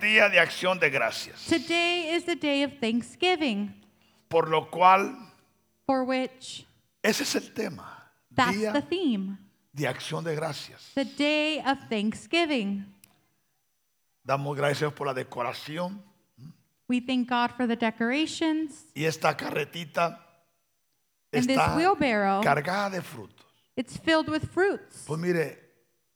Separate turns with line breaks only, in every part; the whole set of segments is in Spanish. día de acción de gracias,
Today is the day of thanksgiving,
por lo cual
for which
ese es el tema,
that's
día
the theme.
de acción de gracias.
The day of thanksgiving.
Damos gracias por la decoración
We thank God for the decorations
y esta carretita
and this
está
wheelbarrow.
cargada de frutos.
It's filled with fruits.
Pues mire,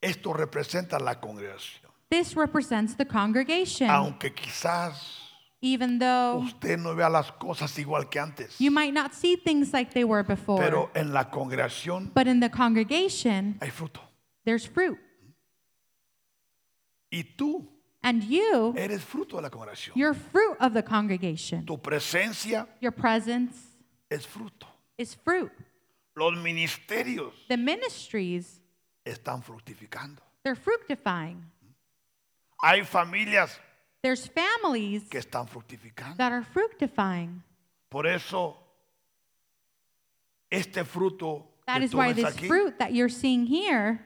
esto representa la congregación.
This represents the congregation.
Aunque quizás
Even though
usted no vea las cosas igual que antes,
Oh. you might not see things like they were before,
pero en la congregación
but in the congregation,
hay fruto.
there's fruit.
Y tú
And you,
eres fruto de la congregación.
you're fruit of the congregation.
Tu presencia
Your presence
es fruto.
is fruit.
Los ministerios
The ministries,
están fructificando.
they're fructifying.
Hay familias
There's families
que están fructificando.
that are fructifying.
Por eso, este fruto
That
que
is
tú
why
ves
this
aquí
fruit that you're seeing here,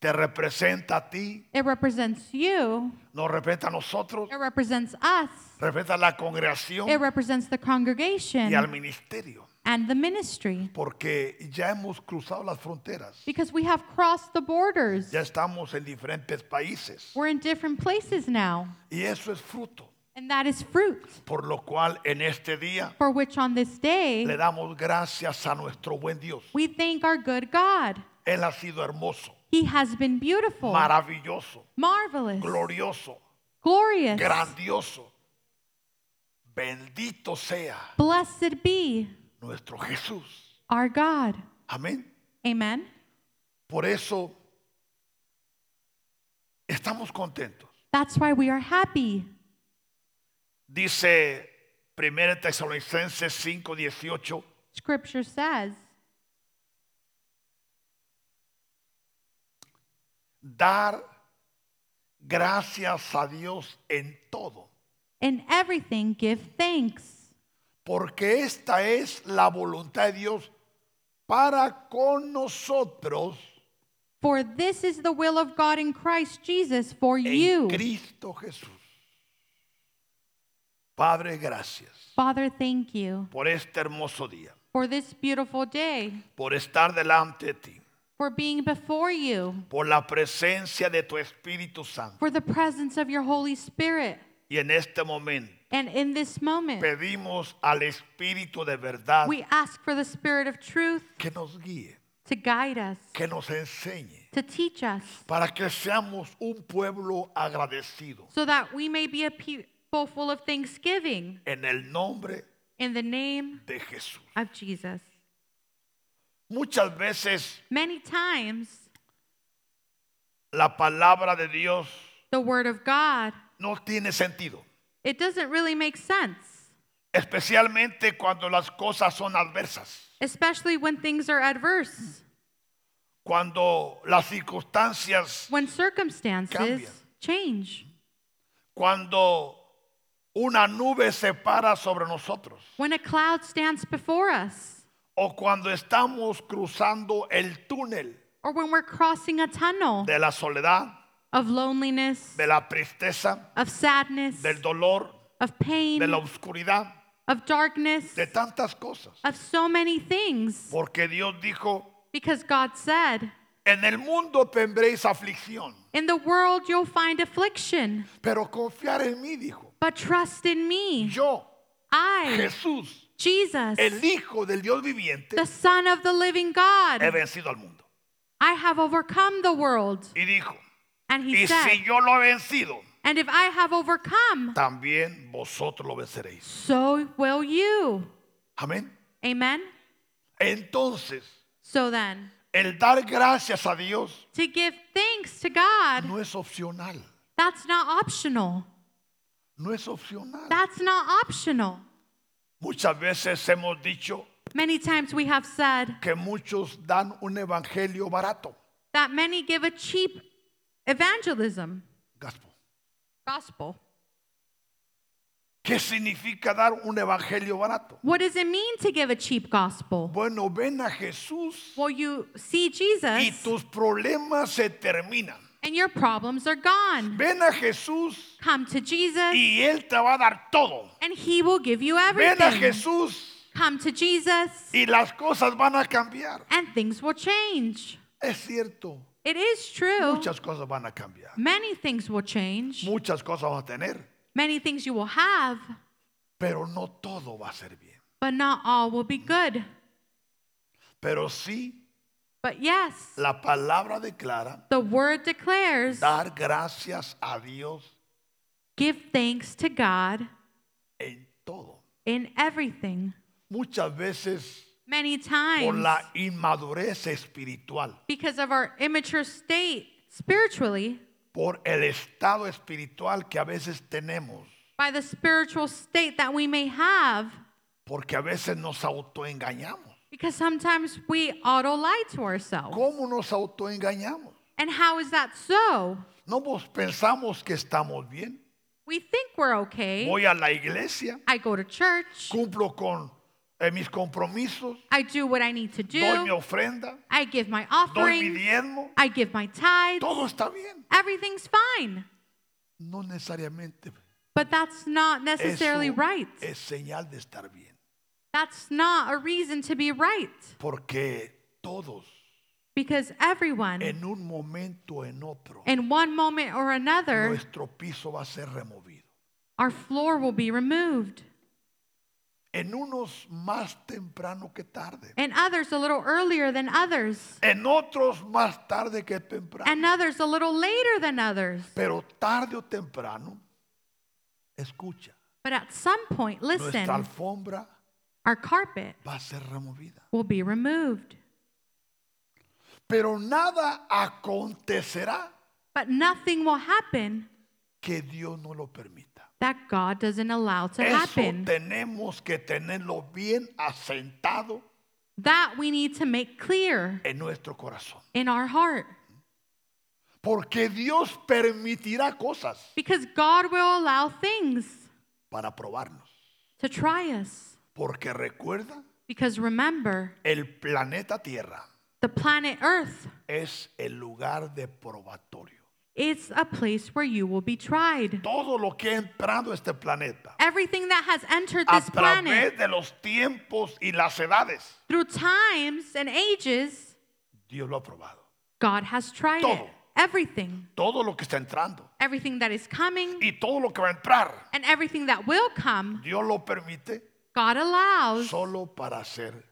te representa a ti,
it represents you,
nos representa a nosotros,
it represents us,
representa a la
it
congregación
represents the
y al
congregation
ministerio.
and the ministry.
Porque ya hemos cruzado las fronteras,
Because we have crossed the borders.
ya estamos en diferentes países.
We're in different places now.
Y eso es fruto,
And that is fruit,
por lo cual en este día
for which on this
le
day
damos gracias a nuestro buen Dios.
we thank our good God.
Él ha sido hermoso,
He has been beautiful,
maravilloso,
marvelous,
glorioso,
glorious.
grandioso. Bendito sea
Blessed be
nuestro Jesús.
our God.
Amén.
Amen.
Por eso estamos contentos.
That's why we are happy.
Dice 1 Tesalonicenses 5:18,
Scripture says,
dar gracias a Dios en todo,
In everything give thanks,
porque esta es la voluntad de Dios para con nosotros
for this is the will of God in Christ Jesus for
en
you.
Cristo Jesús. Padre, gracias
Father, thank you
por este hermoso día,
for this beautiful day,
por estar delante de ti,
for being before you,
por la presencia de tu Espíritu Santo.
for the presence of your Holy Spirit.
Y en este momento
And in this moment,
pedimos al Espíritu de verdad
we ask for the Spirit of truth
que nos guíe,
to guide us,
que nos enseñe,
to teach us,
para que seamos un pueblo agradecido.
so that we may be a people full of thanksgiving
En el nombre
in the name
de Jesús.
of Jesus.
Muchas veces
Many times,
la palabra de Dios
the Word of God,
no tiene sentido,
it doesn't really make sense.
especialmente cuando las cosas son adversas.
especially when things are adverse,
cuando las circunstancias,
when circumstances
Cambia.
change,
cuando una nube se para sobre nosotros
when a cloud stands before us,
o cuando estamos cruzando el túnel
or when we're crossing a tunnel
de la soledad,
of loneliness,
de la tristeza,
of sadness,
del dolor,
of pain,
de la oscuridad,
of darkness,
de tantas cosas.
of so many things,
Porque Dios dijo,
because God said,
en el mundo tendréis aflicción,
In the world you'll find affliction,
pero confiar en mí, dijo.
but trust in me.
Yo,
I,
Jesús,
Jesus,
el Hijo del Dios viviente,
the Son of the living
he
God,
vencido al mundo.
I have overcome the world.
Y dijo,
And he
y
said,
si yo lo he vencido,
And if I have overcome,
también vosotros lo venceréis.
so will you.
Amén.
Amen.
Entonces,
So then,
el dar gracias a Dios
to give thanks to God,
no es opcional.
that's not optional.
No es opcional.
That's not optional.
Muchas veces hemos dicho
Many times we have said
que muchos dan un evangelio barato.
that many give a cheap evangelism
Gaspo.
gospel.
¿Qué significa dar un evangelio barato?
What does it mean to give a cheap gospel?
Bueno, ven a Jesús
Well, you see
y
Jesus
tus problemas se terminan.
and your problems are gone.
Ven a Jesús
Come to Jesus,
y Él te va a dar todo.
and He will give you
Ven a
everything.
Jesús
Come to Jesus,
y las cosas van a cambiar.
and things will change.
Es cierto,
It is true.
muchas cosas van a cambiar.
Many things will change.
Muchas cosas vas a tener,
Many things you will have,
pero no todo va a ser bien.
but not all will be good.
Pero sí,
But yes,
la palabra declara
the word declares
dar gracias a Dios
give thanks to God
en todo.
in everything.
Muchas veces
Many
por
times,
la inmadurez espiritual,
because of our immature state spiritually,
por el estado espiritual que a veces tenemos,
by the spiritual state that we may have,
porque a veces nos autoengañamos.
because sometimes we auto lie to ourselves.
¿Cómo nos autoengañamos?
And how is that so?
No vos pensamos que estamos bien.
We think we're okay.
Voy a la iglesia,
I go to church,
cumplo con eh, mis compromisos,
I do what I need to
doy mi
do,
ofrenda,
I give my
doy mi
offering,
diezmo,
I give my tithe,
todo está bien.
everything's fine.
No necesariamente
But that's not necessarily
eso
right.
es señal de estar bien,
That's not a reason to be right
porque todos
because everyone,
en un momento o en otro
in one moment or another,
nuestro piso va a ser removido.
our floor will be removed,
En unos más temprano que tarde.
and others a little earlier than others,
En otros más tarde que temprano.
and others a little later than others.
Pero tarde o temprano, escucha,
But at some point,
nuestra
listen,
alfombra
our carpet
va a ser removida.
will be removed.
Pero nada acontecerá
But nothing will happen
que Dios no lo permita.
that God doesn't allow to
Eso
happen.
tenemos que tenerlo bien asentado
That we need to make clear
en nuestro corazón.
in our heart.
Porque Dios permitirá cosas
Because God will allow things
para probarnos.
to try us.
Porque recuerda,
Because remember,
el planeta Tierra
the planet Earth,
es el lugar de probatorio.
it's a place where you will be tried.
Todo lo que ha entrado a este planeta
Everything that has entered
a
this planet
través de los tiempos y las edades,
through times and ages,
Dios lo ha probado.
God has tried it.
Todo.
Everything.
Todo lo que está entrando
Everything that is coming
y todo lo que va a entrar,
and everything that will come,
Dios lo permite
God allows
solo para ser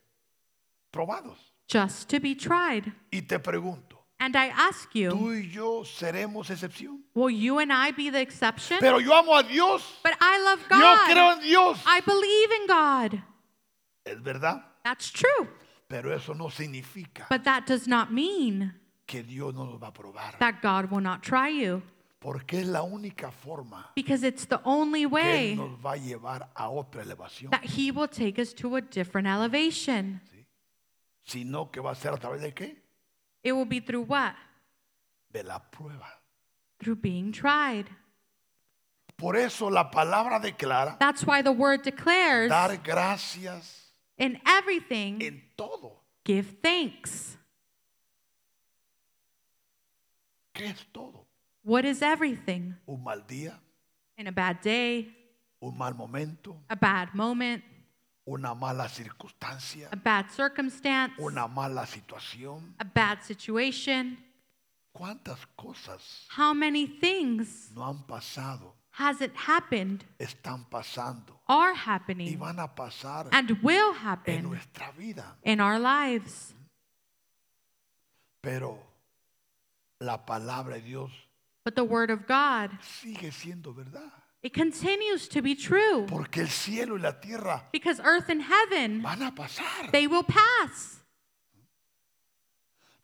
probados.
just to be tried.
Y te pregunto,
And I ask you,
tú y yo seremos excepción.
will you and I be the exception?
Pero yo amo a Dios.
But I love
Yo creo
God.
en Dios.
I believe in God.
Es verdad,
That's true.
pero eso no significa
But that does not mean
que Dios no nos va a probar.
that God will not try you
Porque es la única forma
because it's the only
que Él
way
nos va a llevar a otra elevación,
that He will take us to a different elevation.
sino que va a ser a través de qué?
It will be through what?
De la prueba.
Through being tried.
Por eso la palabra declara
That's why the word declares
dar gracias
in everything,
en todo.
give thanks.
¿Qué es todo?
What is everything?
Un mal día,
In a bad day,
un mal momento,
a bad moment,
una mala circunstancia,
a bad circumstance,
una mala situación.
a bad situation.
¿Cuántas cosas
How many things
no han pasado,
hasn't happened,
están pasando
are
y
happening,
van a pasar
and will
en
happen?
nuestra vida?
in our lives.
Pero la palabra de Dios
But the word of God,
sigue siendo verdad.
it continues to be true
Porque el cielo y la tierra
because earth and heaven,
van a pasar.
they will pass.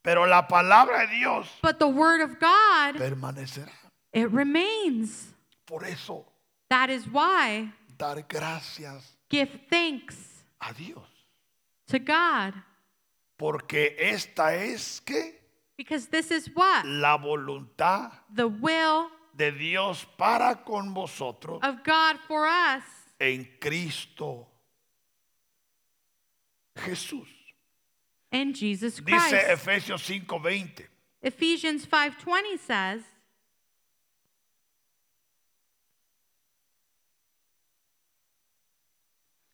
Pero la palabra de Dios
But the word of God,
permanecerá.
it remains.
Por eso,
That is why
dar gracias
give thanks
a Dios.
to God
Porque esta es que
because this is what
la voluntad
the will
de Dios para con vosotros
of God for us
en Cristo Jesús.
in Jesus
Dice
Christ.
Efesios 5:20.
Ephesians 5:20 says,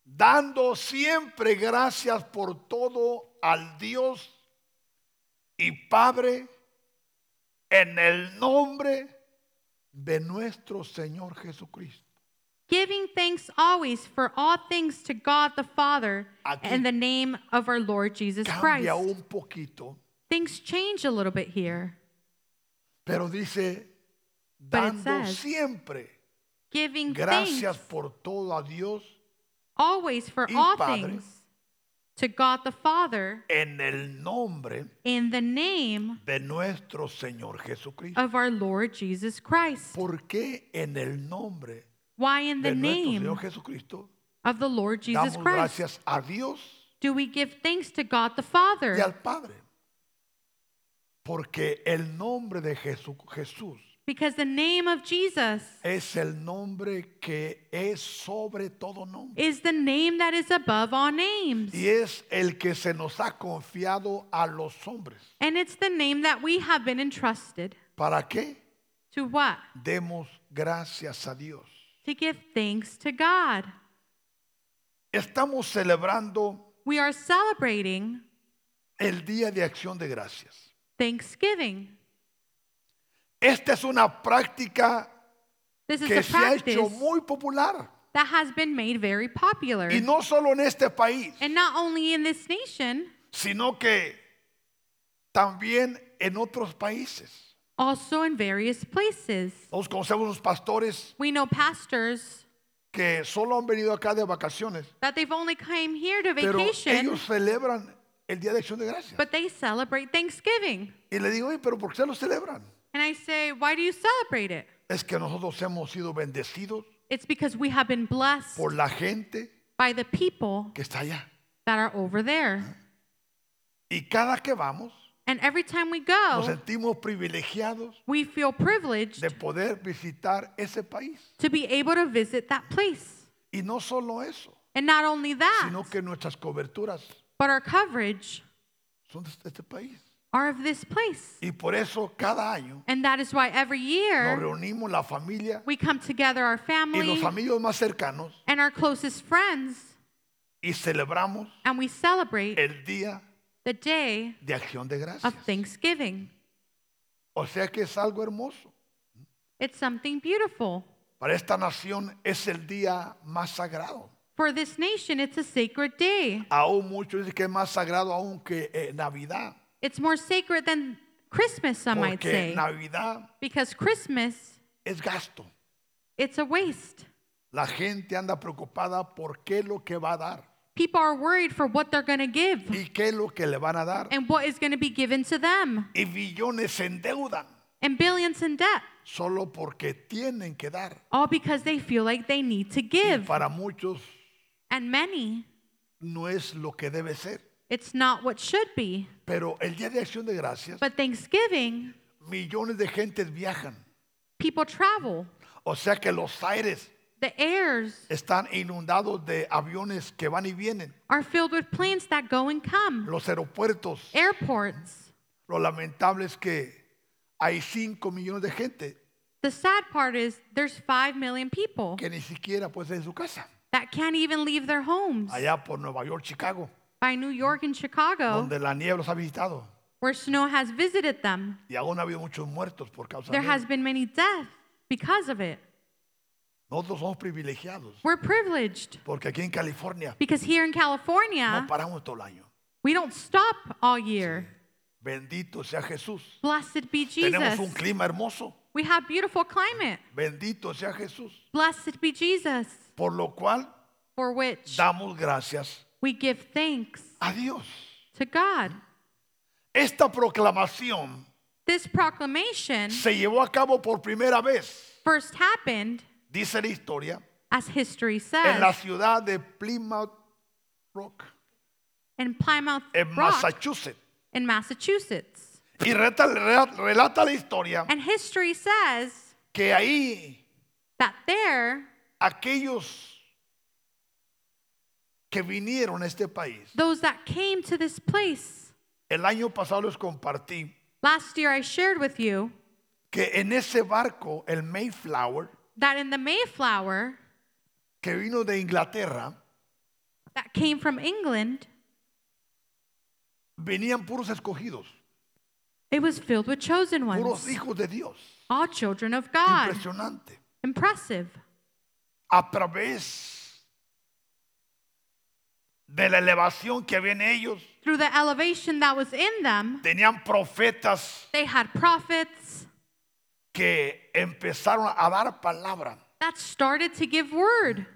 dando siempre gracias por todo al Dios y Padre en el nombre de nuestro Señor Jesucristo.
giving thanks always for all things to God the Father
Aquí
in the name of our Lord Jesus Christ.
Cambia un poquito,
Things change a little bit here.
pero dice,
But it
dando
says,
siempre
Giving
gracias
thanks
por todo a Dios
always for
y
all
Padre.
things to God the Father
en el nombre
in the name
de nuestro Señor Jesucristo.
of our Lord Jesus Christ.
¿Por qué en el nombre
Why in the
de nuestro
name
Señor Jesucristo
of the Lord Jesus
damos
Christ
gracias a Dios
do we give thanks to God the
y
Father?
al Padre? Porque el nombre de Jesu- Jesús
Because the name of Jesus
es el nombre que es sobre todo nombre.
is the name that is above all names.
Y es el que se nos ha confiado a los hombres.
And it's the name that we have been entrusted.
¿Para qué?
To what?
Demos gracias a Dios.
To give thanks to God.
Estamos celebrando
We are celebrating
el Día de Acción de Gracias.
Thanksgiving.
Esta es una práctica
This is
que
a
se ha
practice
hecho muy popular.
that has been made very popular.
Y no solo en este país,
and not only in this nation,
sino que también en otros países.
also in various places.
Nos conocemos unos pastores
We know pastors
que solo han venido acá de vacaciones,
that they've only came here to
pero
vacation,
ellos celebran el Día de Acción de Gracias.
but they celebrate Thanksgiving.
Y le digo, oye, pero ¿por qué lo celebran?
And I say, why do you celebrate it?
Es que nosotros hemos sido bendecidos
It's because we have been blessed
por la gente
by the people
que está allá.
that are over there.
Y cada que vamos,
And every time we
nos
go,
sentimos privilegiados
we feel privileged
de poder visitar ese país.
to be able to visit that place.
Y no solo eso,
And not only that,
sino que nuestras coberturas
but our coverage
son de este país.
are of this place.
Y por eso cada año
And that is why every
nos
year
reunimos la familia
we come together, our
y los
family
amigos más cercanos
and our closest friends,
y celebramos
and we celebrate
el Día
the day
de Acción de Gracias.
of Thanksgiving.
O sea que es algo hermoso.
It's something beautiful.
Para esta nación es el día más sagrado.
For this nation, it's a sacred day.
Aún muchos dicen que es más sagrado aún que eh, Navidad.
It's more sacred than Christmas, some might
Porque
say,
Navidad
because Christmas,
es gasto.
it's a waste.
La gente anda preocupada por qué es lo que va a dar
People are worried for what they're going to give
y qué es lo que le van a dar.
and what is going to be given to them,
Y billones se endeudan
and billions in debt,
solo porque tienen que dar.
all because they feel like they need to
Y
give.
para muchos
And many,
no es lo que debe ser.
it's not what should be.
Pero el Día de Acción de Gracias,
But Thanksgiving,
millones de gentes viajan.
people travel.
O sea que los aires
The airs
están inundados de aviones que van y vienen.
are filled with planes that go and come.
Los aeropuertos,
Airports.
lo lamentable es que hay 5 millones de gente
The sad part is there's 5 million people
que ni siquiera puede ser de su casa.
that can't even leave their homes
Allá por Nueva York, Chicago,
by New York and Chicago
donde la nieve los ha visitado.
where snow has visited them.
Y aún ha habido muchos muertos por causa de
There has
ello.
been many deaths because of it.
Nosotros somos privilegiados
We're privileged
porque aquí en California
because here in
no
California,
paramos todo el año.
we don't stop all year.
Bendito sea Jesús.
Blessed be
Tenemos un
Jesus.
clima hermoso.
We have beautiful climate.
Bendito sea Jesús.
Blessed be Jesus,
Por lo cual
for which
damos gracias
we give thanks
a Dios.
to God.
Esta proclamación
This proclamation
se llevó a cabo por primera vez,
first happened,
dice la historia,
as history
en la
says,
ciudad de Plymouth Rock,
in Plymouth
en
Rock
Massachusetts.
in Massachusetts.
Y reta- re- relata la historia
And history says
que ahí
that there,
aquellos que vinieron a este país,
those that came to this place,
el año pasado les compartí
Last year I shared with you
que en ese barco, el Mayflower,
that in the Mayflower
que vino de Inglaterra,
that came from England,
venían puros escogidos,
it was filled with chosen
puros
ones,
hijos de Dios.
all children of God.
Impresionante.
Impressive.
A través de la elevación que había en ellos,
Through the elevation that was in them,
tenían profetas
they had prophets
que empezaron a dar palabra
that started to give word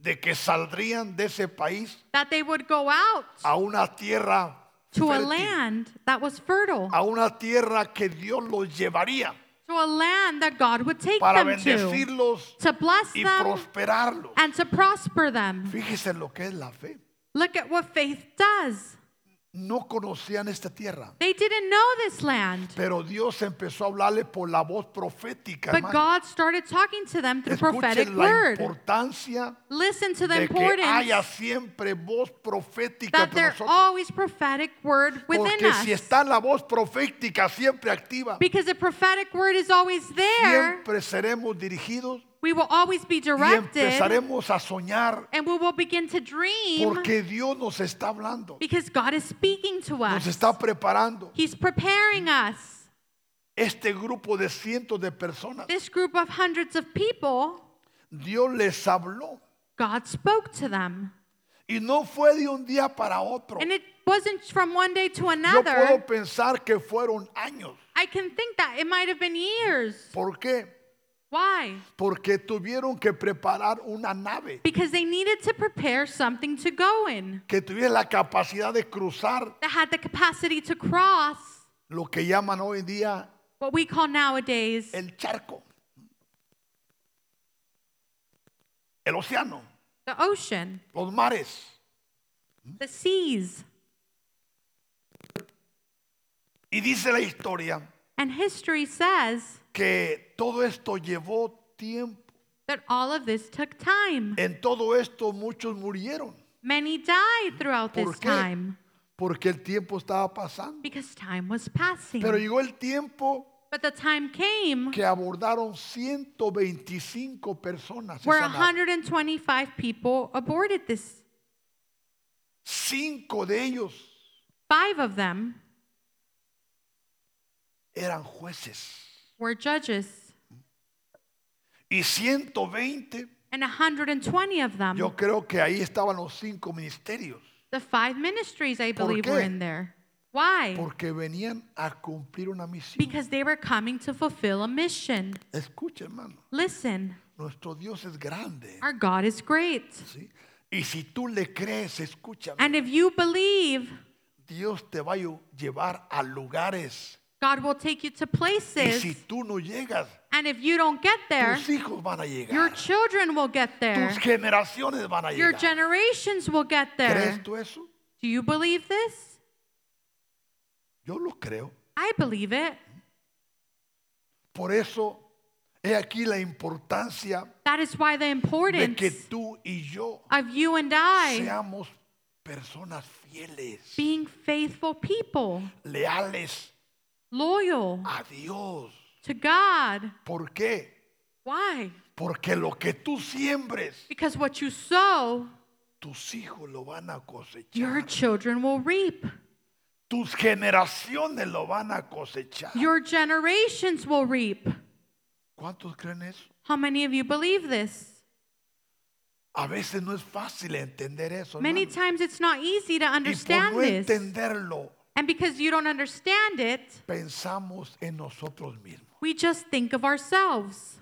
de que saldrían de ese país
that they would go out
a una tierra
to a
fértil,
land that was fertile,
a una tierra que Dios los llevaría
to a land that God would take
para
them to,
bendecirlos
to bless
y
them
prosperarlos.
and to prosper them.
Fíjese lo que es la fe.
Look at what faith does.
No conocían esta tierra,
They didn't know this land,
pero Dios empezó a hablarle por la voz profética.
but
hermano.
God started talking to them through prophetic
Escuchen la
word.
importancia
Listen to the
de que haya
importance
siempre voz profética
that
entre
there's
nosotros.
always prophetic word within
Porque si
us.
está la voz profética siempre activa,
Because the prophetic word is always there,
siempre seremos dirigidos
we will always be
y
directed
empezaremos a soñar
and we will begin to dream
porque Dios nos está hablando,
because God is speaking to
nos
us.
está preparando.
He's preparing us.
Este grupo de cientos de personas,
This group of hundreds of people,
Dios les habló
God spoke to them.
y no fue de un día para otro.
And it wasn't from one day to
Yo
another.
puedo pensar que fueron años.
I can think that it might have been years.
¿Por qué?
Why?
Porque tuvieron que preparar una nave
Because they needed to prepare something to go in
que tuviera la capacidad de cruzar
that had the capacity to cross
lo que llaman hoy en día
what we call nowadays
el charco, el océano,
the ocean,
los mares. Mm-hmm.
the seas.
Y dice la historia
And history says
que todo esto llevó tiempo.
that all of this took time.
En todo esto muchos murieron
Many died throughout
¿Por
this
qué?
time
porque el tiempo estaba pasando.
because time was passing.
Pero llegó el tiempo
But the time came
que abordaron 125 personas.
where
esa nave.
125 people aborted this.
Cinco de ellos
Five of them
eran jueces
were judges,
y 120
and 120 of them,
Yo creo que ahí estaban los cinco ministerios,
the five ministries, I
¿Por
believe, were
qué?
in there. Why?
porque venían a cumplir una misión.
Because they were coming to fulfill a mission.
Escucha, hermano,
Listen,
nuestro Dios es grande.
our God is great.
¿sí? Y si tú le crees, escucha,
And if you believe,
Dios te va a lle- llevar a lugares.
God will take you to
Y
places.
si tú no llegas,
And if you don't get there,
tus hijos van a
your
llegar.
children will get there.
Tus generaciones van a
Your
llegar.
generations will get there.
¿Crees tú eso?
Do you believe this?
Yo lo creo.
I believe it.
Por eso, he aquí la importancia
That is why the
de que
importance
tú y yo
of you and I
seamos personas fieles.
being faithful people,
leales
loyal
a Dios.
to God.
¿Por qué?
Why?
Porque lo que tú siembres,
Because what you sow,
tus hijos lo van a cosechar.
your children will reap.
Tus generaciones lo van a cosechar.
Your generations will reap.
¿Cuántos creen eso?
How many of you believe this?
A veces no es fácil entender eso.
Many
hermano.
times it's not easy to
Y por
understand
no
this.
entenderlo,
And because you don't understand it,
pensamos en nosotros mismos,
we just think of ourselves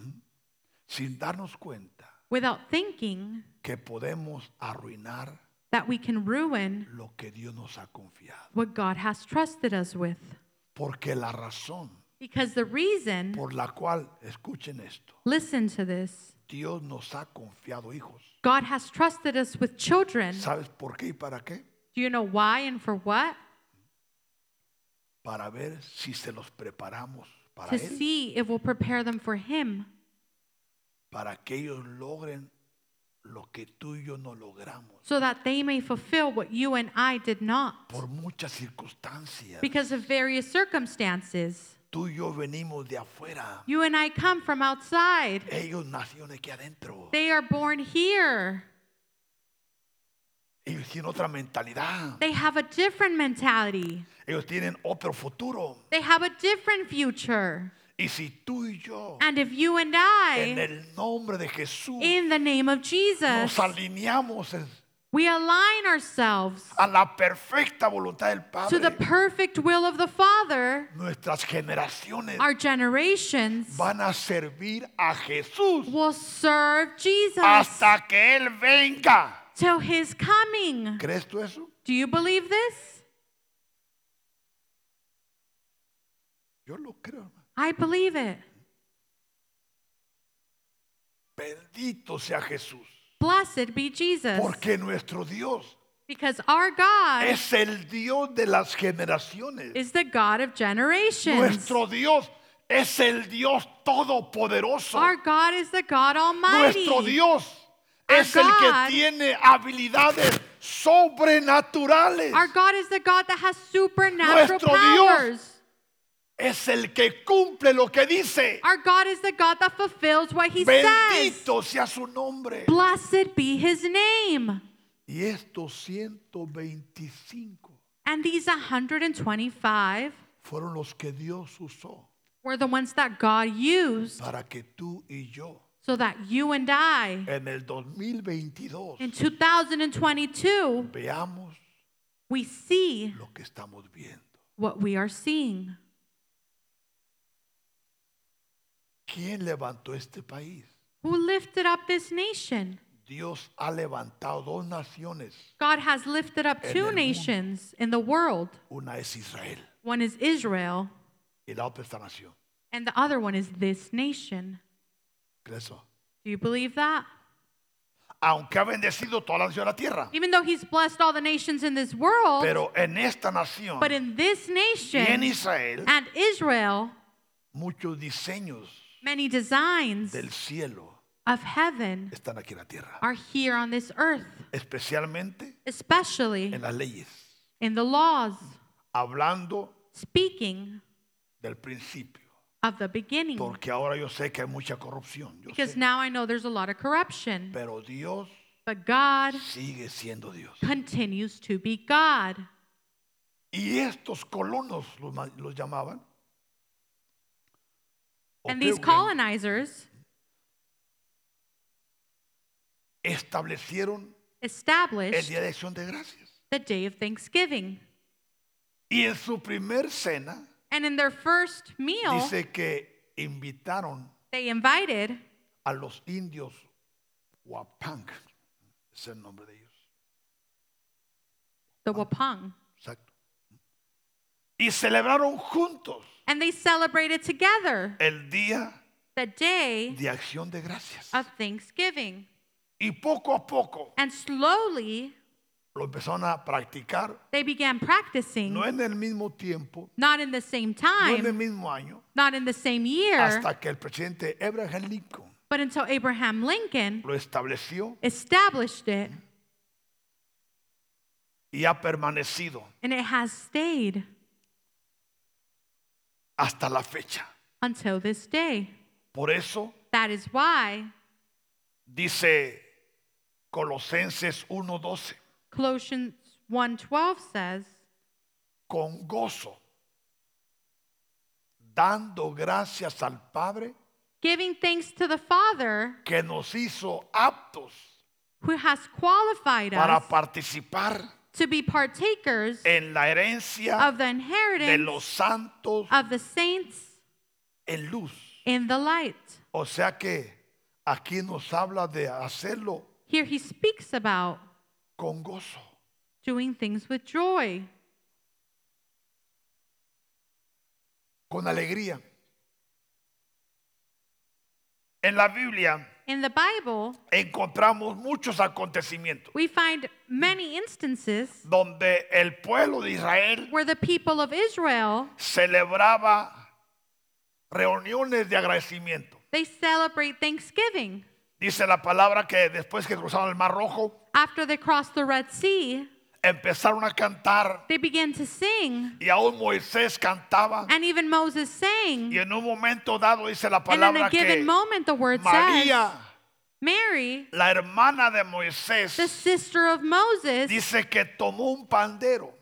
sin darnos cuenta
without thinking
que podemos arruinar
that we can ruin
lo que Dios nos ha confiado.
what God has trusted us with.
Porque la razón
Because the reason,
por la cual, escuchen esto,
listen to this,
Dios nos ha confiado hijos.
God has trusted us with children.
¿Sabes por qué y para qué?
Do you know why and for what?
Para ver si se los preparamos para
To
Él,
see if we'll prepare them for Him,
para que ellos logren lo que tú y yo no logramos
so that they may fulfill what you and I did not.
por muchas circunstancias.
Because of various circumstances,
Tú y yo venimos de afuera.
you and I come from outside.
Ellos nacieron aquí adentro.
They are born here.
Ellos tienen otra mentalidad.
They have a different mentality.
Ellos tienen otro futuro.
They have a different future.
Y si tú y yo,
And if you and
en
I,
el nombre de Jesús,
in the name of Jesus,
nos alineamos en-
we align ourselves
a la perfecta voluntad del
to the
Padre,
perfect will of the Father,
nuestras generaciones
our generations
van a servir a Jesús
will serve Jesus
hasta que Él venga.
till his coming.
¿Crees tú eso?
Do you believe this?
Yo lo creo. hermano.
I believe it.
Bendito sea Jesús.
Blessed be Jesus.
Porque nuestro Dios
Because our God
es el Dios de las generaciones.
is the God of generations.
Nuestro Dios es el Dios todopoderoso.
Our God is the God
Nuestro
Almighty.
Dios es
Our
el
God-
que tiene habilidades sobrenaturales.
Our God is the God that has supernatural
Nuestro Dios.
powers.
Es el que cumple lo que dice.
Our God is the God that fulfills what he says.
Bendito sea su nombre.
Blessed be his name.
Y estos 125
And these 125
fueron los que Dios usó
were the ones that God used
para que tú y yo
so that you and I
en el 2022
in 2022
veamos
we see
lo que estamos viendo.
what we are seeing.
¿Quién levantó este país?
Who lifted up this nation?
Dios ha levantado dos naciones.
God has lifted up
En el
two
mundo.
nations in the world.
Una es Israel
One is Israel,
y la otra es esta nación.
and the other one is this nation.
¿Crees eso?
Do you believe that?
Aunque ha bendecido toda la nación de la tierra.
Even though he's blessed all the nations in this world,
Pero en esta nación
but in this
y en
nation
Israel
and Israel,
muchos diseños
many designs
del cielo
of heaven
están aquí en la tierra.
are here on this earth,
Especialmente
especially
en las leyes.
in the laws,
Hablando
speaking
del principio.
of the beginning.
Porque ahora yo sé que hay mucha corrupción. yo
Because
sé.
now I know there's a lot of corruption,
pero Dios
but God
sigue siendo Dios.
continues to be God.
Oh, Y estos colonos los, ma- los llamaban. o
And these
pilgrims,
colonizers
establecieron el
established
día de acción de gracias.
the day of Thanksgiving.
Y en su primer cena
And in their first meal,
dice que invitaron
they invited
a los indios Wapank, es el nombre de ellos.
the Wapang.
Exacto. Y celebraron juntos
And they celebrated together
el día
the day
de acción de gracias.
of Thanksgiving.
Y poco a poco
And slowly,
lo empezaron a practicar,
they began practicing,
no en el mismo tiempo,
not in the same
no en el
time,
mismo año,
not in the same year,
hasta que el presidente Abraham Lincoln
but until Abraham Lincoln
lo estableció
established it
y ha permanecido
and it has stayed
hasta la fecha.
until this day.
Por eso
That is why
dice Colosenses 1:12,
Colossians 1:12 says,
con gozo, dando gracias al Padre
giving thanks to the Father
que nos hizo aptos
who has qualified
para
us
participar
to be partakers
en la herencia
of the
de
inheritance
los santos
of the saints
en luz.
in the light.
O sea que aquí nos habla de hacerlo
Here he speaks about
con gozo.
doing things with joy,
con alegría. En la Biblia
In the Bible,
encontramos muchos acontecimientos
we find many instances
donde el pueblo de Israel
where the people of Israel
celebraba reuniones de agradecimiento.
they celebrate Thanksgiving.
Dice la palabra que después que cruzaron el Mar Rojo,
After they crossed the Red Sea,
empezaron a cantar
they began to sing.
y aún Moisés cantaba.
And even Moses sang.
Y en un momento dado dice la
and in a
palabra
given
que
moment, the word says,
María,
Mary,
la hermana de
the
Moisés,
sister of Moses,
dice que tomó un pandero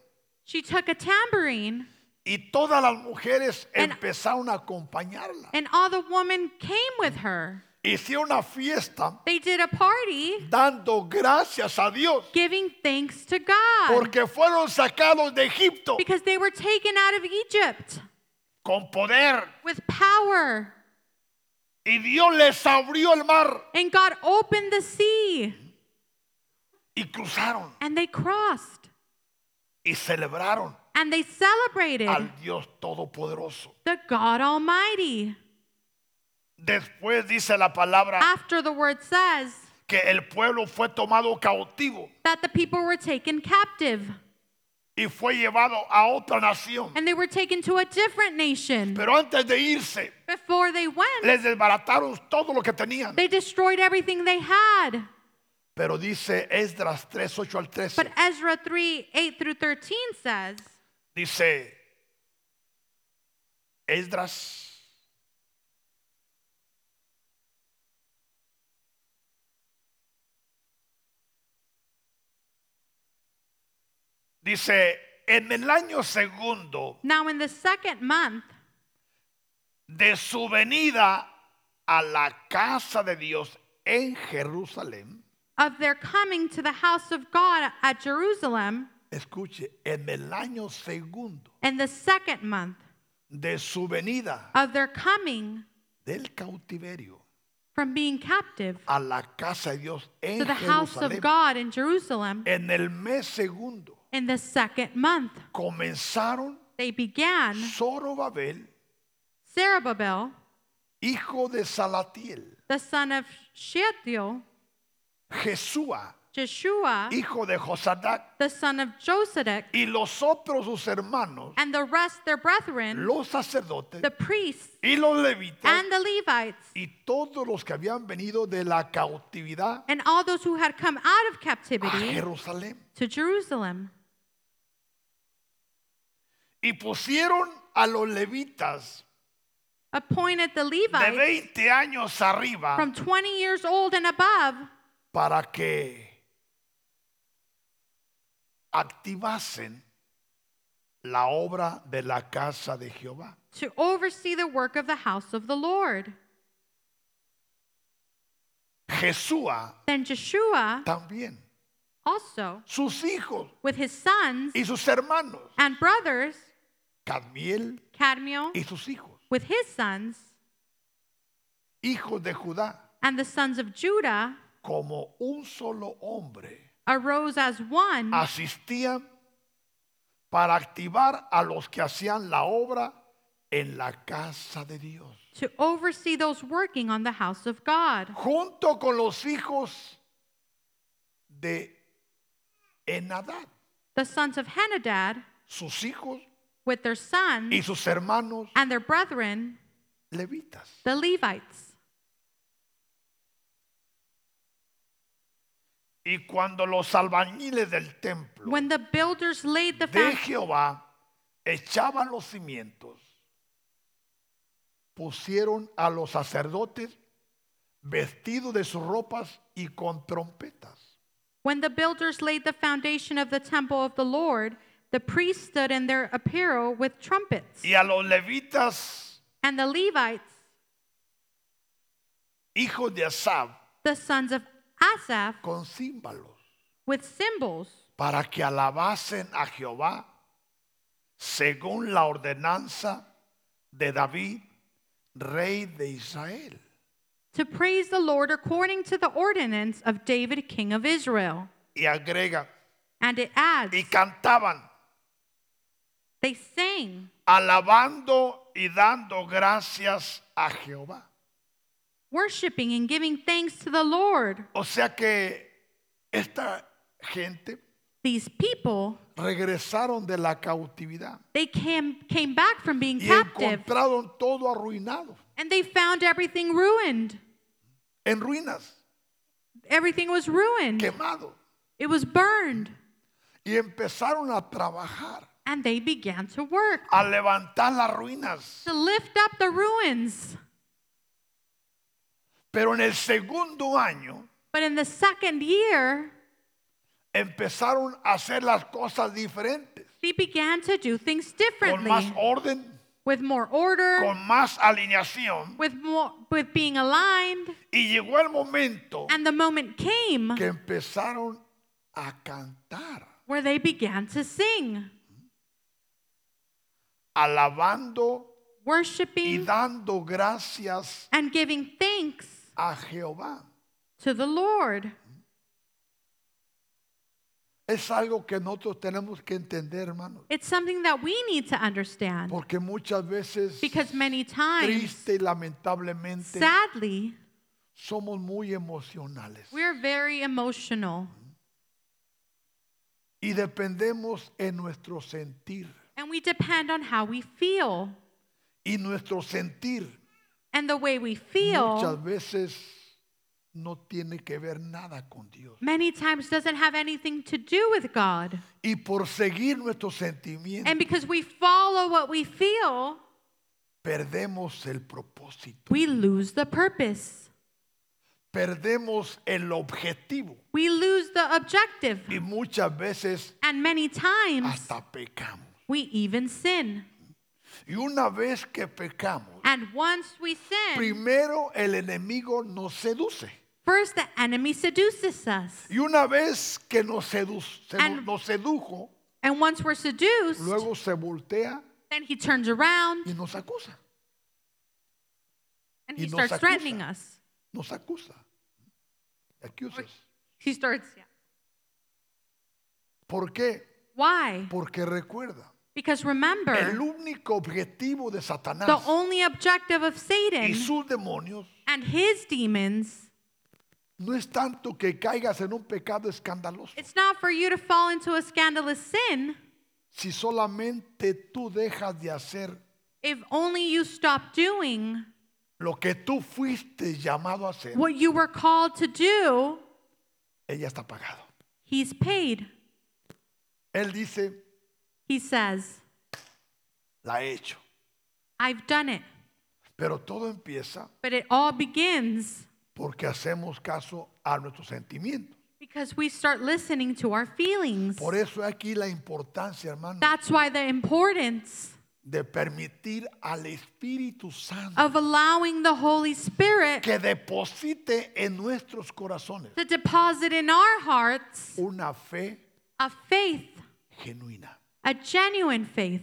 she took a tambourine,
y todas las mujeres
And-
empezaron a acompañarla.
and all the women came with her.
Hicieron una fiesta
They did a party
dando gracias a Dios
giving thanks to God
porque fueron sacados de Egipto
because they were taken out of Egypt
con poder
with power.
y Dios les abrió el mar
And God opened the sea
y cruzaron
and they crossed
y celebraron
and they celebrated
al Dios Todopoderoso.
the God Almighty.
Después dice la palabra
After the word says
que el pueblo fue tomado cautivo
that the people were taken captive
y fue llevado a otra nación.
and they were taken to a different nation.
Pero antes de irse,
Before they went,
les desbarataron todo lo que tenían.
they destroyed everything they had.
Pero dice Esdras 3, 8 al
But
13,
Ezra 3 8 through 13 says,
dice Esdras. Dice, en el año segundo
Now in the second month
de su venida a la casa de Dios en Jerusalén,
of their coming to the house of God at Jerusalem,
escuche, en el año segundo
in the second month
de su venida
of their coming
del cautiverio
from being captive
a la casa de Dios en
to the house of
Jerusalén,
God in Jerusalem,
en el mes segundo,
in the second month
comenzaron
they began
Zorobabel,
Zerubbabel,
hijo de Salatiel,
the son of Shealtiel,
Jesúa,
Jeshua,
hijo de Josadac,
the son of Josedek,
y los otros sus hermanos,
and the rest their brethren,
los sacerdotes
the priests
y los levitas,
and the Levites,
y todos los que habían venido de la cautividad
and all those who had come out of
a
captivity
Jerusalén.
to Jerusalem.
Y pusieron a los levitas
Appointed the
de
Levites
20 años arriba
from 20 years old and above
para que activasen la obra de la casa de Jehová.
to oversee the work of the house of the Lord.
Jesúa
Then Jeshua
también,
also,
sus hijos
with his sons
y sus hermanos,
and brothers,
Cadmiel
Cadmiel,
y sus hijos,
with his sons
hijos de Judá,
and the sons of Judah,
como un solo hombre,
arose as one
asistían para activar a los que hacían la obra en la casa de Dios.
to oversee those working on the house of God,
junto con los hijos de Enadad,
the sons of Henadad,
sus hijos
with their sons
y sus hermanos
and their brethren,
levitas.
the Levites.
Y cuando los albañiles del templo
When the builders laid the
de
foundation,
Jehová echaban los cimientos, pusieron a los sacerdotes vestidos de sus ropas y con trompetas.
when the builders laid the foundation of the temple of the Lord, the priests stood in their apparel with trumpets,
Y a los levitas,
and the Levites,
hijos de Asab,
the sons of Asaph,
con címbalos.
with cymbals,
para que alabasen a Jehová según la ordenanza de David, rey de Israel.
to praise the Lord according to the ordinance of David, king of Israel.
Y agrega,
And it adds,
y cantaban,
they sang,
alabando y dando gracias a Jehová.
worshiping and giving thanks to the Lord.
O sea que esta gente
These people,
regresaron de la cautividad
they came, came back from being
y
captive,
encontraron todo arruinado,
and they found everything ruined
en ruinas.
Everything was ruined.
quemado.
It was burned.
Y empezaron a trabajar,
And they began to work
a levantar las ruinas.
to lift up the ruins.
Pero en el segundo año
But in the second year,
empezaron a hacer las cosas diferentes,
they began to do things
con más
differently
orden,
with more order,
con más alineación.
with more with being aligned.
Y llegó el momento
And the moment came
que empezaron a cantar,
where they began to sing,
alabando y
worshiping
dando gracias
and giving thanks
a Jehová.
to the Lord.
Es algo que nosotros tenemos que entender, hermanos,
It's something that we need to understand
porque muchas veces
because many times,
triste y lamentablemente
sadly,
somos muy emocionales
we're very emotional
y dependemos en nuestro sentir
and we depend on how we feel.
y nuestro sentir
And the way we
muchas
feel
veces no tiene que ver nada con Dios
many times doesn't have anything to do with God.
y por seguir nuestros sentimientos
And because we follow what we feel,
perdemos el propósito
we lose the purpose.
perdemos el objetivo
We lose the objective.
y muchas veces
And many times,
hasta pecamos
we even sin.
y una vez que pecamos
And once we sin,
primero el enemigo nos seduce
first the enemy seduces us.
y una vez que nos, sedu- sedu-
And-
nos sedujo
And once we're seduced,
luego se voltea
then he turns around
y nos acusa,
and
y
he
nos
starts
acusa.
threatening us.
nos acusa, acusas.
He starts, yeah.
¿Por qué?
Why?
Porque recuerda,
Because
el
remember,
único objetivo de
the
Satanás
only objective of
y
Satan
sus demonios
and his demons,
no es tanto que caigas en un pecado escandaloso,
it's not for you to fall into a scandalous sin
si solamente tú dejas de hacer
if only you stop doing
lo que tú fuiste llamado a hacer,
what you were called to do.
ella está pagado.
He's paid.
Él dice,
He says,
la he hecho.
I've done it.
Pero todo empieza
But it all begins
porque hacemos caso a nuestros sentimientos.
because we start listening to our feelings.
Por eso aquí la importancia, hermano,
That's why the importance
de permitir al Espíritu Santo
of allowing the Holy Spirit
que deposite en nuestros corazones
to deposit in our hearts
una fe
a faith,
genuina,
a genuine faith,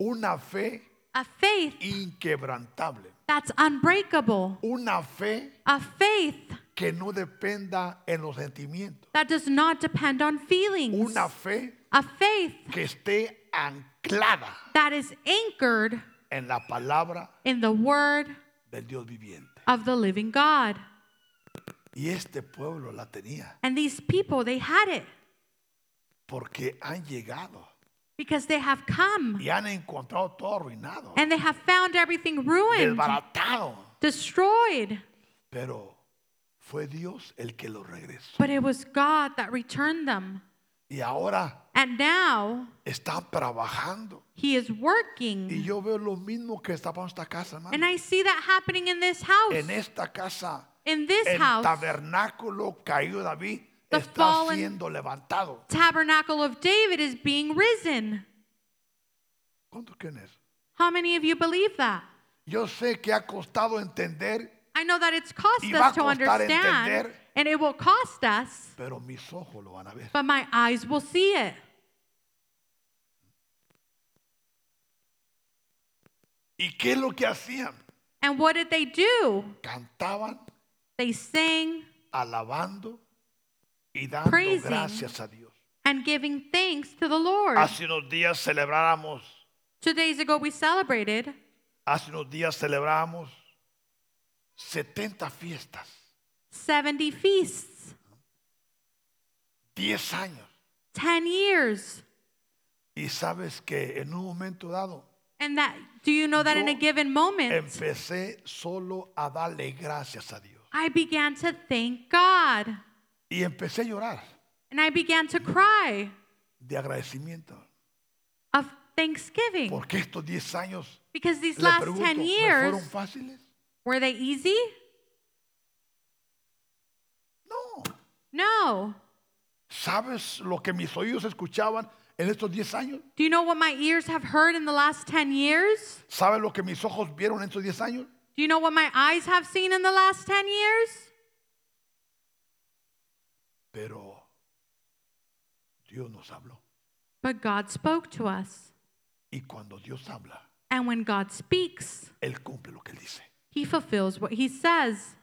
una fe
a faith
inquebrantable,
that's unbreakable,
una fe
a faith
que no dependa en los sentimientos,
that does not depend on feelings,
una fe
a faith
que esté anclada
that is anchored
en la palabra
in the Word
del Dios viviente.
of the living God.
Y este pueblo la tenía
And these people, they had it
porque han llegado
because they have come.
y han encontrado todo arruinado,
And they have found everything ruined,
desbaratado,
destroyed.
pero fue Dios el que lo regresó.
But it was God that returned them.
Y ahora
And now
están trabajando.
He is
Y
working.
yo veo lo mismo que estaba en esta casa,
And
hermano.
I see that happening in this
En
house.
esta casa,
In this
el
house,
tabernáculo caído de David
The
está
fallen-
siendo levantado.
tabernacle of David is being risen.
¿Cuántos creen eso?
How many of you believe that?
Yo sé que ha costado entender,
I know that it's cost
Y va
us to
a costar
understand,
entender.
and it will cost us,
pero mis ojos lo van a ver.
but my eyes will see it.
¿Y qué es lo que hacían?
And what did they do?
Cantaban
They sang
alabando y dando
Praising.
gracias a Dios.
and giving thanks to the Lord.
Hace unos días celebramos,
Two days ago, we celebrated
hace unos días celebramos 70 fiestas,
70 feasts,
10 años.
10 years.
Y sabes que en un momento dado
And that, do you know that in a
Yo
given moment,
empecé solo a darle gracias a Dios.
I began to thank God.
Y empecé a llorar
And I began to cry
de agradecimiento.
of thanksgiving.
Porque estos 10 años,
Because these
le
last
pregunto,
10
¿me
years,
fueron fáciles?
were they easy?
No.
No.
¿Sabes lo que mis oídos escuchaban en estos 10 años?
Do you know what my ears have heard in the last 10 years?
¿Sabes lo que mis ojos vieron en estos 10 años?
Do you know what my eyes have seen in the last 10 years?
Pero Dios nos habló.
But God spoke to us.
Y cuando Dios habla,
And when God speaks,
Él cumple lo que Él dice.
he fulfills what he says.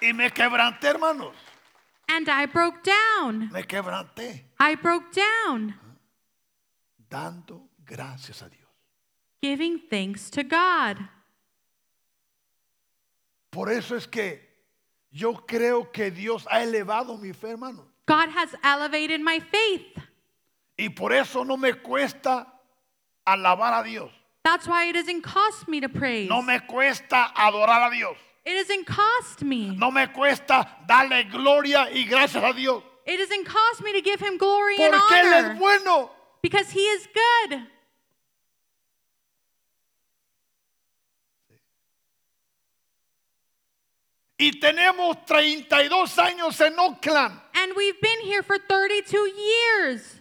Y me quebranté, hermanos.
And I broke down.
Me quebranté
I broke down,
dando gracias a Dios.
giving thanks to God.
Por eso es que yo creo que Dios ha elevado mi fe, hermano.
God has elevated my faith.
Y por eso no me cuesta alabar a Dios.
That's why it doesn't cost me to praise.
No me cuesta adorar a Dios.
It doesn't cost me.
No me cuesta darle gloria y gracias a Dios.
It doesn't cost me to give him glory and
Porque Él
honor.
es bueno.
Because he is good.
Y tenemos 32 años en Oakland
And we've been here for 32 years.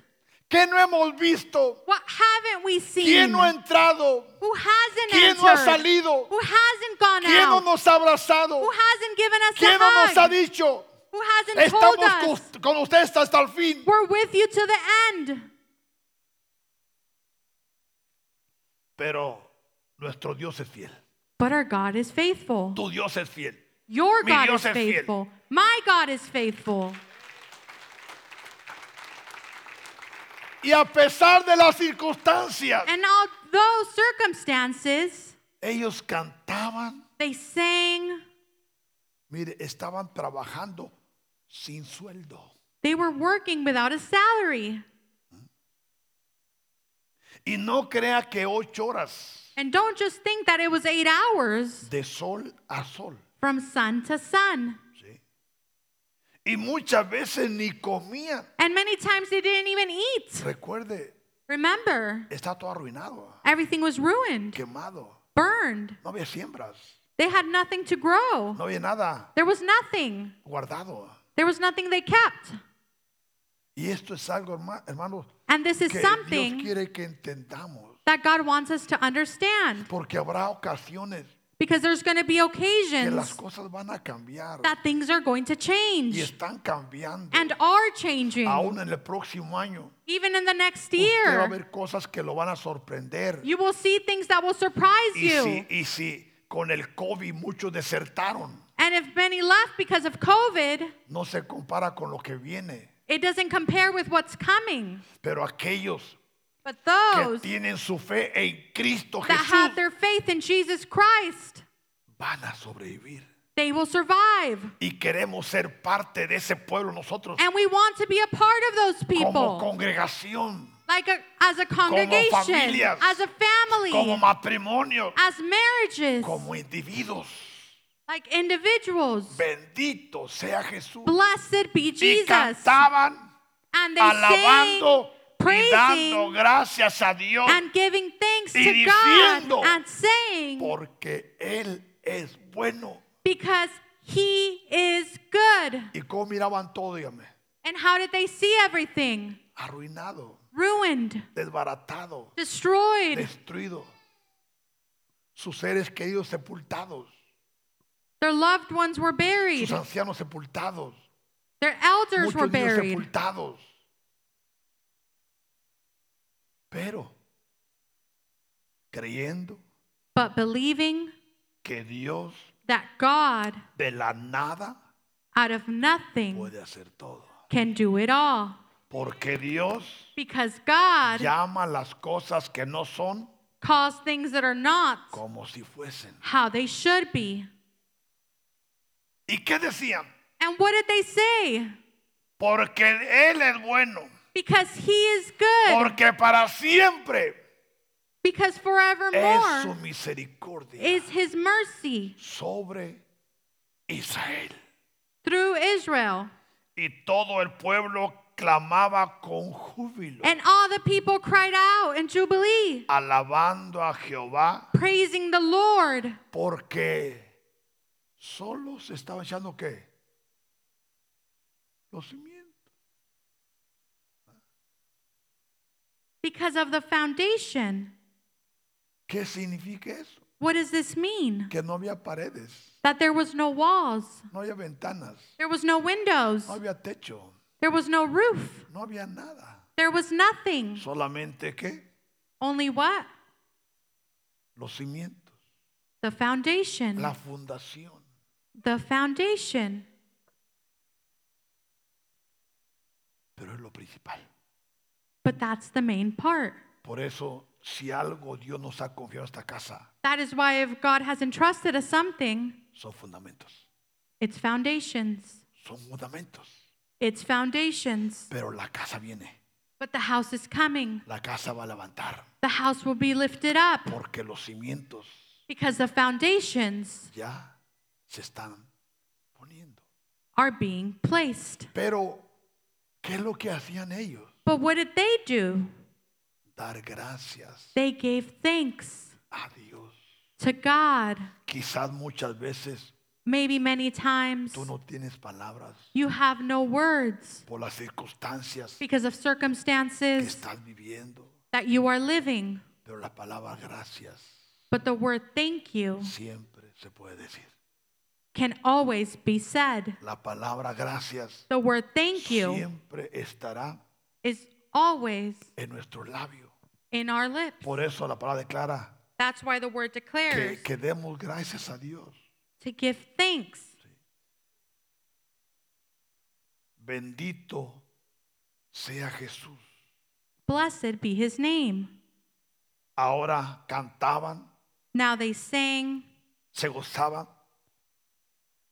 que no hemos visto.
What haven't we
¿Quién
seen?
no ha entrado?
Who hasn't
¿Quién no ha
entered?
salido?
Who hasn't gone
¿Quién no
out?
nos ha abrazado?
Who hasn't given us
¿Quién
a
no nos ha
hug?
dicho?
Who hasn't told
Estamos
us?
cos- con ustedes hasta el fin.
We're with you to the end.
Pero nuestro Dios es fiel.
But our God is faithful.
Tu Dios es fiel.
Your
Mi
God
Dios
is
es fiel.
faithful. My God is faithful.
Y a pesar de las circunstancias,
And although circumstances,
ellos cantaban.
they sang,
Mire, estaban trabajando sin sueldo.
they were working without a salary.
Y no crea que ocho horas
And don't just think that it was eight hours
de sol a sol.
from sun to sun.
¿sí? Y muchas veces ni comían.
And many times they didn't even eat.
Recuerde,
Remember,
está todo arruinado,
everything was ruined,
quemado.
burned.
No había siembras,
They had nothing to grow.
no había nada
There was nothing.
guardado.
There was nothing they kept.
Y esto es algo, herma- hermanos,
And this is
que Dios
something
quiere que entendamos.
that God wants us to understand
Porque habrá ocasiones
because there's going to be
que las
occasions
cosas van a cambiar
that things are going to
y
change
están cambiando.
and are changing.
Aún en el próximo año,
Even in the next
usted va a
year,
ver cosas que lo van a sorprender.
you will see things that will surprise
Y
you.
si, y si con el COVID muchos desertaron,
And if many left because of COVID,
no se compara con lo que viene.
it doesn't compare with what's coming.
Pero aquellos
But
que
those
tienen su fe en Cristo
that have
Jesús
their faith in Jesus Christ,
van a sobrevivir.
they will survive.
Y queremos ser parte de ese pueblo nosotros
And we want to be a part of those
como
people,
congregación,
like a, as a congregation,
familias,
as a
como
family,
matrimonio,
as marriages,
como individuos.
like individuals.
Bendito sea Jesús.
Blessed
Y
be Jesus.
cantaban
And they sang,
alabando y dando
praising,
gracias a Dios
and giving thanks
y
to God,
diciendo,
and saying,
porque Él es bueno.
because He is good.
¿Y cómo miraban todo, dígame?
And how did they see everything?
Arruinado,
Ruined,
desbaratado,
destroyed,
destruido. Sus seres queridos sepultados,
their loved ones were
sus
buried,
ancianos sepultados,
their elders were
muchos niños
buried.
sepultados. Pero creyendo
But believing
que Dios
that God,
de la nada
out of nothing,
puede hacer todo.
can do it all.
Porque Dios
Because God
llama las cosas que no son
calls things that are not
como si fuesen.
how they should be.
¿Y qué decían?
And what did they say?
Porque Él es bueno.
Because He is good.
Porque para siempre es
because
su
forevermore
misericordia
is his mercy
sobre Israel.
through Israel.
Y todo el pueblo clamaba con júbilo,
And all the people cried out in jubilee,
alabando a Jehová,
praising the Lord,
porque solo se estaba echando qué? Los cimientos.
because of the foundation.
¿Qué significa eso?
What does this mean?
Que no había paredes,
That there was no walls,
no había ventanas,
there was no windows,
no había techo,
there was no roof,
no había nada.
there was nothing.
Solamente que
Only what?
los cimientos,
The foundation.
la fundación.
The foundation.
Pero es lo principal.
But that's the main part.
Por eso, si algo Dios nos ha confiado esta casa,
That is why if God has entrusted us something,
son fundamentos.
it's foundations.
Son fundamentos.
It's foundations.
Pero la casa viene.
But the house is coming.
La casa va a levantar.
The house will be lifted up
Porque los cimientos
because the foundations
ya se están poniendo.
are being placed.
Pero, ¿qué es lo que hacían ellos?
But what did they do?
Dar gracias
They gave thanks
a Dios.
to God.
Quizás muchas veces
Maybe many times
tú no tienes palabras
you have no words
por las circunstancias que
because of circumstances
estás viviendo.
that you are living.
Pero la palabra gracias
But the word thank you
siempre se puede decir.
can always be said.
La palabra gracias
The word thank you
siempre estará
is always
en nuestro labio.
in our lips.
Por eso la palabra declara
That's why the word declares
que, que demos gracias a Dios.
to give thanks.
Bendito sea Jesús.
Blessed be his name.
Ahora cantaban,
Now they sang,
se gozaban,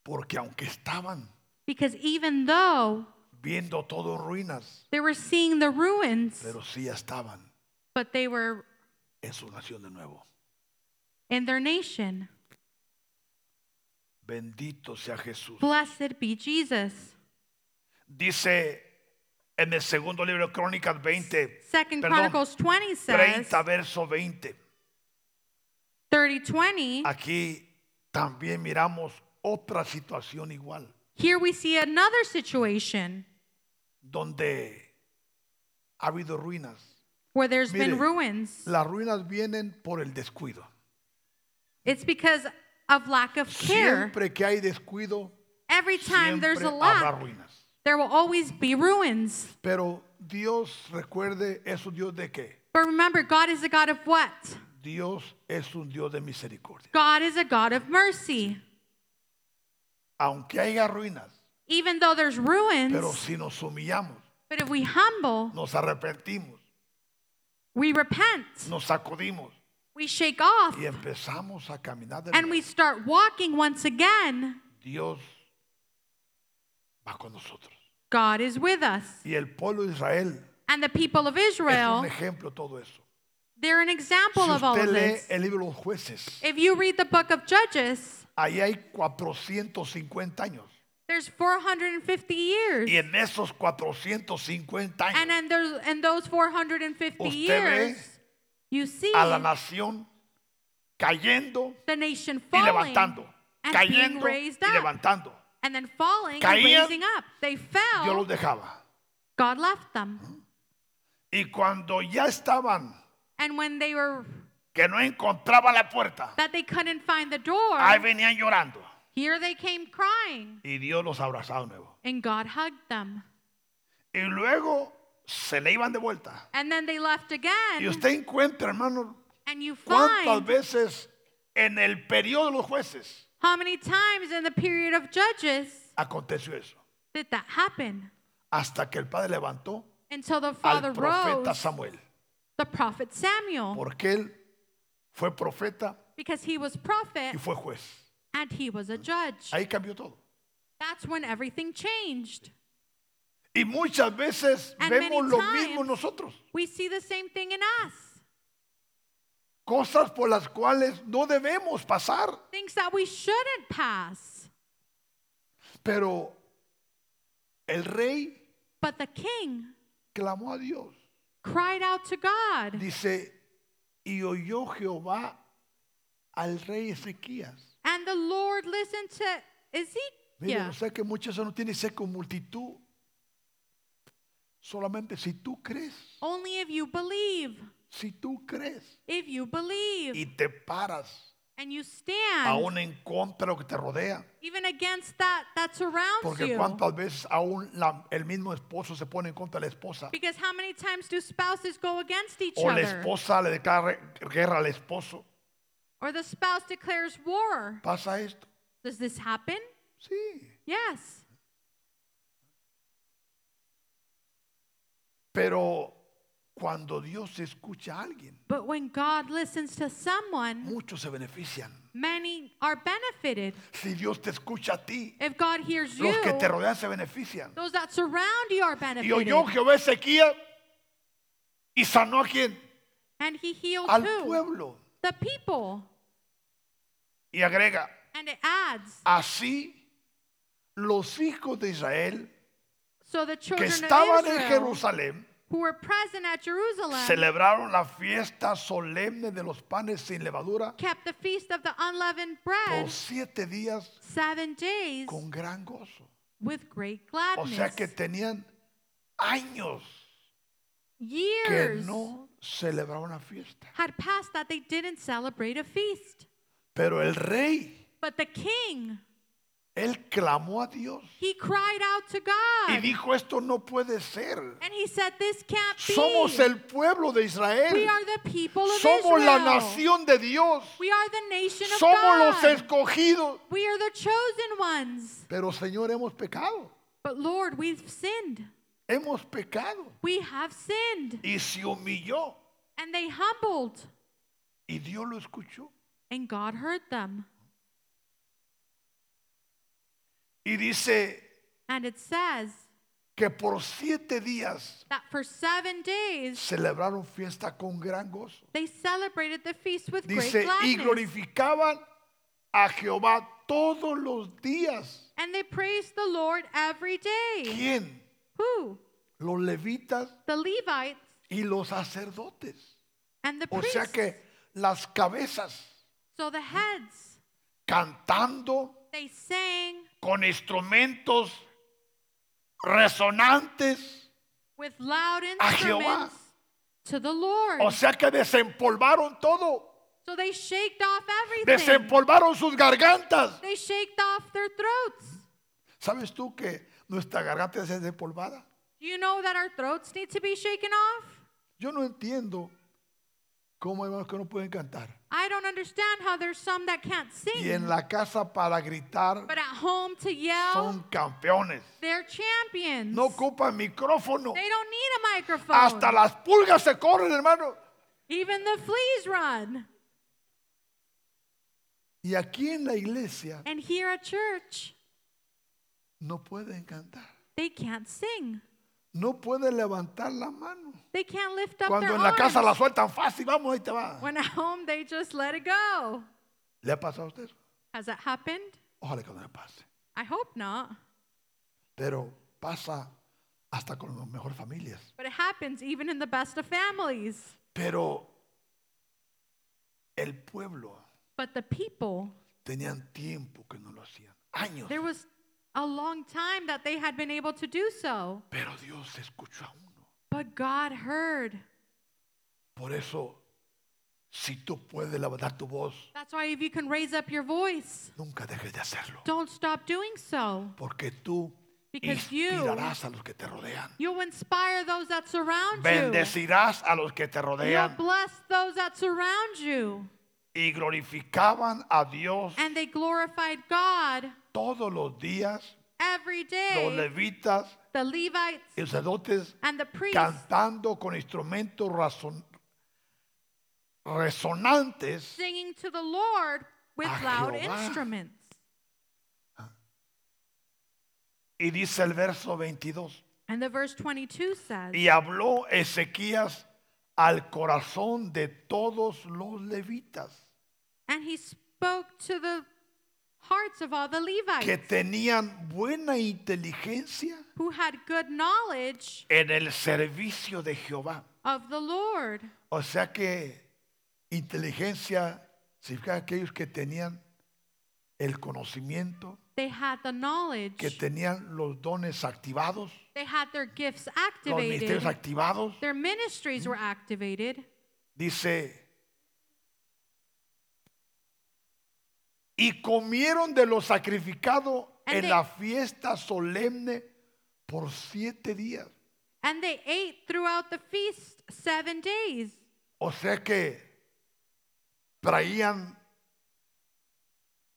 porque aunque estaban
because even though
viendo todo en ruinas,
they were seeing the ruins,
pero sí ya estaban
but they were
en su nación de nuevo.
in their nation.
Bendito sea Jesús.
Blessed be Jesus.
Dice en el segundo libro de Crónicas 20,
Second
Perdón.
Chronicles 20 says,
30 verso 20.
30 20.
Aquí también miramos otra situación igual,
Here we see another situation
donde ha habido ruinas.
where there's been
Mire.
ruins.
Las ruinas vienen por el descuido.
It's because of lack of care.
Siempre que hay descuido,
Every time
siempre
there's a
habrá
lack,
ruinas.
there will always be ruins.
Pero Dios, recuerde, es un Dios de qué?
But remember, God is a God of what?
Dios es un Dios de misericordia.
God is a God of mercy.
Aunque haya ruinas,
Even though there's
pero
ruins,
si nos humillamos,
but if we humble,
nos arrepentimos,
we repent,
nos sacudimos
we shake off,
y empezamos a caminar de
and
nuevo,
we start walking once again,
Dios va con nosotros.
God is with us.
Y el pueblo de Israel
And the people of
es un
Israel,
ejemplo de todo eso.
they're an example
si
of all
usted
of
lee
this.
el libro de los jueces,
If you read the book of Judges,
ahí hay 450 años.
there's 450 years.
Y en esos 450
And
años,
in, those, in those 450
Usted ve
years, you see
a la nación cayendo
the nation
y
falling
levantando,
and being
cayendo y
raised up.
levantando.
and then falling and
Caían.
raising up. They
Dios
fell.
los dejaba.
God left them.
Y cuando ya estaban,
And when they were
que no encontraba la puerta,
that they couldn't find the door,
ahí venían llorando.
here they came crying,
Y Dios los abrazaba de nuevo.
and God hugged them.
Y luego se le iban de vuelta.
And then they left
Y
again.
usted encuentra, hermano,
and you
¿Cuántas
find
veces en el periodo de los jueces
how many times in the period of judges
aconteció eso?
did that happen?
Hasta que el padre levantó
Until the father
al profeta
rose,
Samuel,
the prophet Samuel,
porque él fue profeta
because he was
y
prophet
fue juez.
and he was a judge.
Ahí cambió todo.
That's when everything changed.
Y muchas veces
And
vemos
many
lo
times-
mismo nosotros.
We see the same thing in us.
cosas por las cuales no debemos pasar,
things that we shouldn't pass.
pero el rey
But the king
clamó a Dios.
cried out to God,
Dice, y oyó Jehová al rey Ezequías.
and the Lord listened to
Mire,
Ezekiel.
o sea que mucho eso no tiene que ser con multitud. Solamente si tú crees,
Only if you believe,
si tú crees
if you believe,
y te paras
and you stand
aún en contra de lo que te rodea.
even against that that surrounds
Porque
you.
cuántas veces aún la- el mismo esposo se pone en contra de la esposa.
Because how many times do spouses go against each
O la
other?
esposa le declara re- guerra al esposo.
Or the spouse declares war.
¿Pasa esto?
Does this happen?
Sí.
Yes.
Pero cuando Dios escucha a alguien,
But when God listens to someone,
muchos se benefician.
many are benefited.
Si Dios te escucha a ti,
If God hears you,
los que te rodean se benefician.
those that surround you are
Y oyó
benefited.
Jehová Ezequiel y sanó a quién?
And he healed
Al
who?
pueblo.
The people.
Y agrega,
And it adds,
así los hijos de Israel
so the
que
children of
estaban en
Israel
Jerusalén
who were present at Jerusalem
celebraron la fiesta solemne de los panes sin levadura
kept the feast of the unleavened bread
por siete días
seven days
con gran gozo.
with great
O sea
gladness.
que tenían años que
Years
no celebraban la fiesta.
had passed that they didn't celebrate a feast.
Pero el rey,
But the king,
él clamó a Dios
he cried out to
y
God.
dijo, esto no puede ser.
And he said, This can't be.
Somos el pueblo de
we
Israel.
are the people of
Somos la
Israel.
nación de Dios.
We are the nation of
Somos los
God.
escogidos.
we are the chosen ones.
Pero Señor, hemos pecado.
But Lord, we've sinned.
Hemos pecado.
We have sinned.
Y se humilló.
And they humbled.
Y Dios lo escuchó.
And God heard them.
Y dice
And it says
que por siete días
that for seven days
celebraron fiesta con gran gozo.
they celebrated the feast with great
Dice, y
gladness.
glorificaban a Jehová todos los días.
And they praised the Lord every day.
¿Quién?
Who?
Los levitas
The Levites
y los sacerdotes.
and the
O sea
priests.
que las cabezas
So the heads,
cantando
they sang
con instrumentos resonantes.
with loud
A Jehová.
instruments to the Lord.
O sea que desempolvaron todo.
so they shaked off everything.
Desempolvaron sus gargantas.
They shaked off their throats.
¿Sabes tú que nuestra garganta es desempolvada?
Do you know that our throats need to be shaken off?
Yo no entiendo cómo hay hermanos que no pueden cantar.
I don't understand how there's some that can't sing,
Y en la casa para gritar
but at home to yell,
son campeones.
they're champions.
No ocupan micrófono.
they don't need a microphone.
Hasta las pulgas se corren, hermano.
Even the fleas run.
Y aquí en la iglesia
And here at church,
no pueden cantar.
they can't sing.
No pueden levantar la mano.
They can't lift up
Cuando
their
en la casa
arms.
la sueltan fácil, vamos, ahí te va.
When at home they just let it go.
¿Le ha pasado a usted? eso?
Has that happened?
Ojalá que no le pase.
I hope not.
Pero pasa hasta con las mejores familias.
But it happens even in the best of families.
Pero el pueblo
But the people,
tenían tiempo que no lo hacían, años.
there was a long time that they had been able to do so.
Pero Dios escuchó a uno.
But God heard.
Por eso, si tú puedes levantar tu voz,
That's why if you can raise up your voice,
nunca dejes de hacerlo.
don't stop doing so.
Porque tú
Because you-
inspirarás a los que te rodean.
You'll inspire those that surround you.
Bendecirás a los que te
You'll
rodean.
bless those that surround you.
Y glorificaban a Dios
And they glorified God
todos los días.
every
Los
day.
levitas
The Levites
y los sacerdotes
and the priests
cantando con instrumentos razon- resonantes
singing to the Lord with
A
loud
Jehová.
instruments.
y dice el verso 22
And the verse 22 says,
y habló Ezequías al corazón de todos los levitas
And he spoke to the hearts of all the
que
Levites
tenían buena inteligencia
who had good knowledge
en el servicio de Jehová.
of the Lord.
O sea que inteligencia significa aquellos que tenían el conocimiento,
They had the knowledge.
que tenían los dones activados,
They had their gifts
los ministerios
activated.
activados.
Their ministries were activated.
Dice, y comieron de lo sacrificado
And
en
they-
la fiesta solemne por siete días.
And they ate throughout the feast seven days.
O sea que traían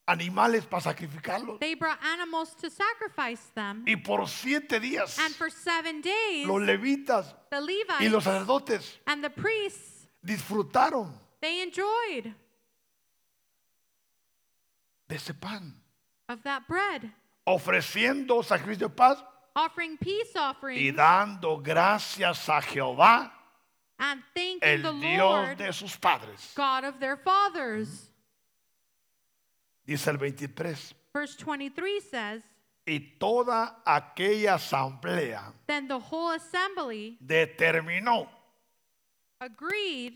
animales para sacrificarlos.
They brought animals to sacrifice them.
Y por siete días
And for seven days,
los levitas
the
y los
Levites
sacerdotes
and the priests,
disfrutaron
they enjoyed
de ese pan,
of that bread,
ofreciendo sacrificio de paz
offering peace
y
offerings
dando gracias a Jehová,
and thanking the
el Dios
Lord,
de sus padres.
God of their fathers.
Dice el 23.
Verse 23 says,
Y toda aquella asamblea
Then the whole assembly
determinó
agreed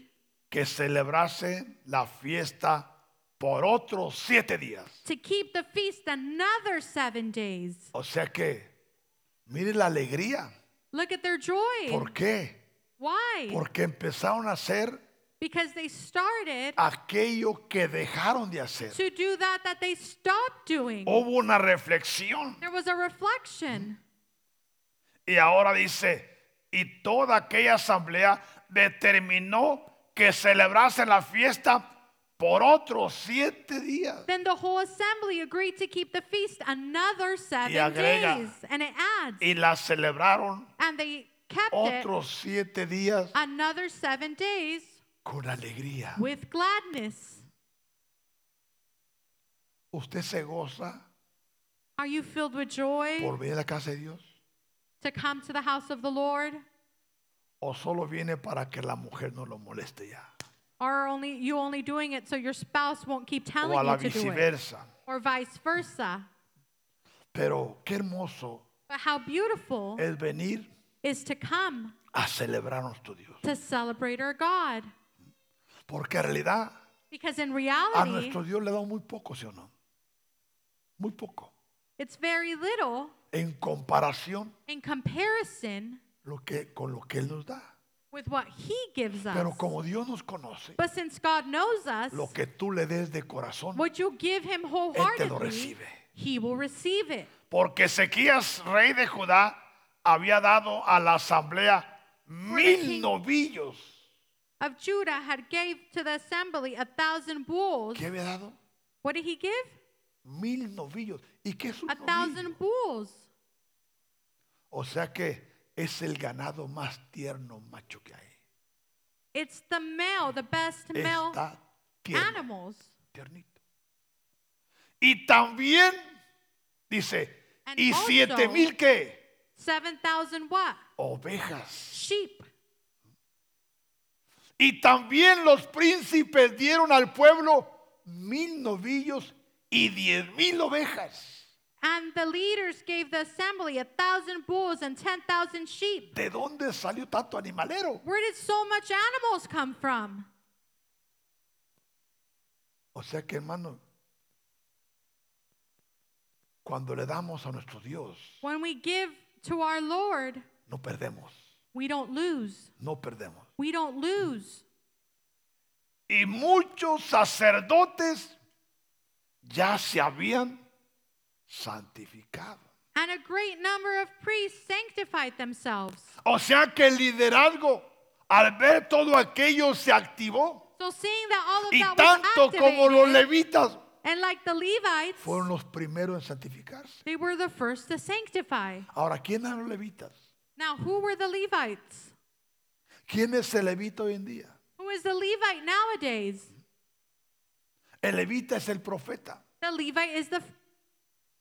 que celebrase la fiesta por otros siete días.
to keep the feast another seven days.
O sea que, mire la alegría.
Look at their joy.
¿Por qué?
Why?
Porque empezaron a hacer
Because they
Ah.
started
aquello que dejaron de hacer.
to do that that they stopped doing.
Hubo una reflexión
There was a reflection.
y ahora dice, y toda aquella asamblea determinó que celebrasen la fiesta por otros siete días.
Then the whole assembly agreed to keep the feast another seven
agrega.
days. And it adds,
Y la celebraron
and they kept it
otros siete días
another seven days
con alegría.
with gladness.
¿Usted se goza
Are you filled with joy
por venir a la casa de Dios?
to come to the house of the Lord?
¿O solo viene para que la mujer no lo moleste ya?
Or are only you only doing it so your spouse won't keep
O a
telling
la
you to do it?
viceversa.
Or vice versa.
Pero qué hermoso
But how beautiful
es venir
is to come
a celebrar a nuestro Dios.
to celebrate our God.
Porque en realidad
Because in
a
reality,
nuestro Dios le da muy poco, ¿sí o no? Muy poco.
it's very little
En comparación
in comparison
lo que, con lo que Él nos da.
with what He gives us.
Pero como Dios nos conoce,
But since God knows us,
lo que tú le des de corazón,
what you give Him
Él te lo
wholeheartedly,
recibe.
He will receive it.
Porque Ezequías, rey de Judá, había dado a la asamblea mil
king.
novillos.
Of Judah had gave to the assembly a thousand bulls.
¿Qué había dado?
What did he give?
Mil novillos. ¿Y qué es un
A
novillo?
thousand bulls.
O sea que es el ganado más tierno macho que hay.
It's the male, the best male
Está tierno.
animals.
tiernito. Y también dice,
And
y
also-
siete mil qué?
7,000 what?
Ovejas.
Sheep.
Y también los príncipes dieron al pueblo mil novillos y diez mil ovejas.
And the leaders gave the assembly a thousand bulls and 10,000 sheep.
¿De dónde salió tanto animalero?
Where did so much animals come from?
O sea que hermano, cuando le damos a nuestro Dios,
When we give to our Lord,
no perdemos,
we don't lose.
no perdemos.
We don't lose.
Y muchos sacerdotes ya se habían santificado.
And a great number of priests sanctified themselves.
O sea que el liderazgo, al ver todo aquello, se activó.
So seeing that all of
Y
that was
tanto como los
activated,
levitas
and like the Levites,
fueron los primeros en santificarse.
they were the first to sanctify.
Ahora, ¿quién eran los levitas?
Now, who were the Levites?
¿Quién es el levita hoy en día?
Who is the Levite nowadays?
El levita es el profeta.
The Levite is the f-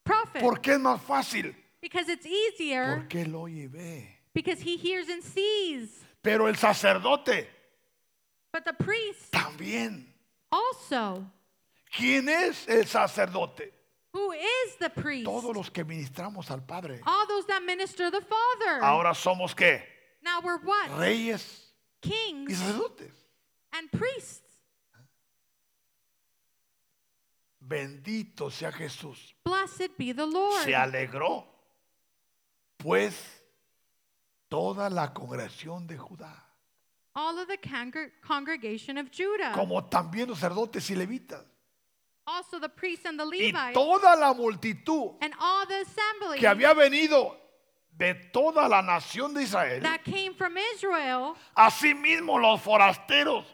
prophet.
¿Por qué es más fácil?
Because it's easier
Porque él oye y ve.
because he hears and sees.
Pero el sacerdote
But the priest
también.
also,
¿Quién es el sacerdote?
who is the priest,
Todos los que ministramos al Padre.
all those that minister the Father.
Ahora somos qué?
now we're what?
Reyes y
Kings
sacerdotes.
and priests.
Bendito sea Jesús.
Blessed be the Lord.
Se alegró. Pues toda la congregación de Judá.
all of the congre- congregation of Judah.
Como también los sacerdotes y levitas.
also the priests and the
Y
Levites.
toda la multitud
and all the assembly
que había venido de toda la nación de Israel.
that came from Israel,
Asimismo los forasteros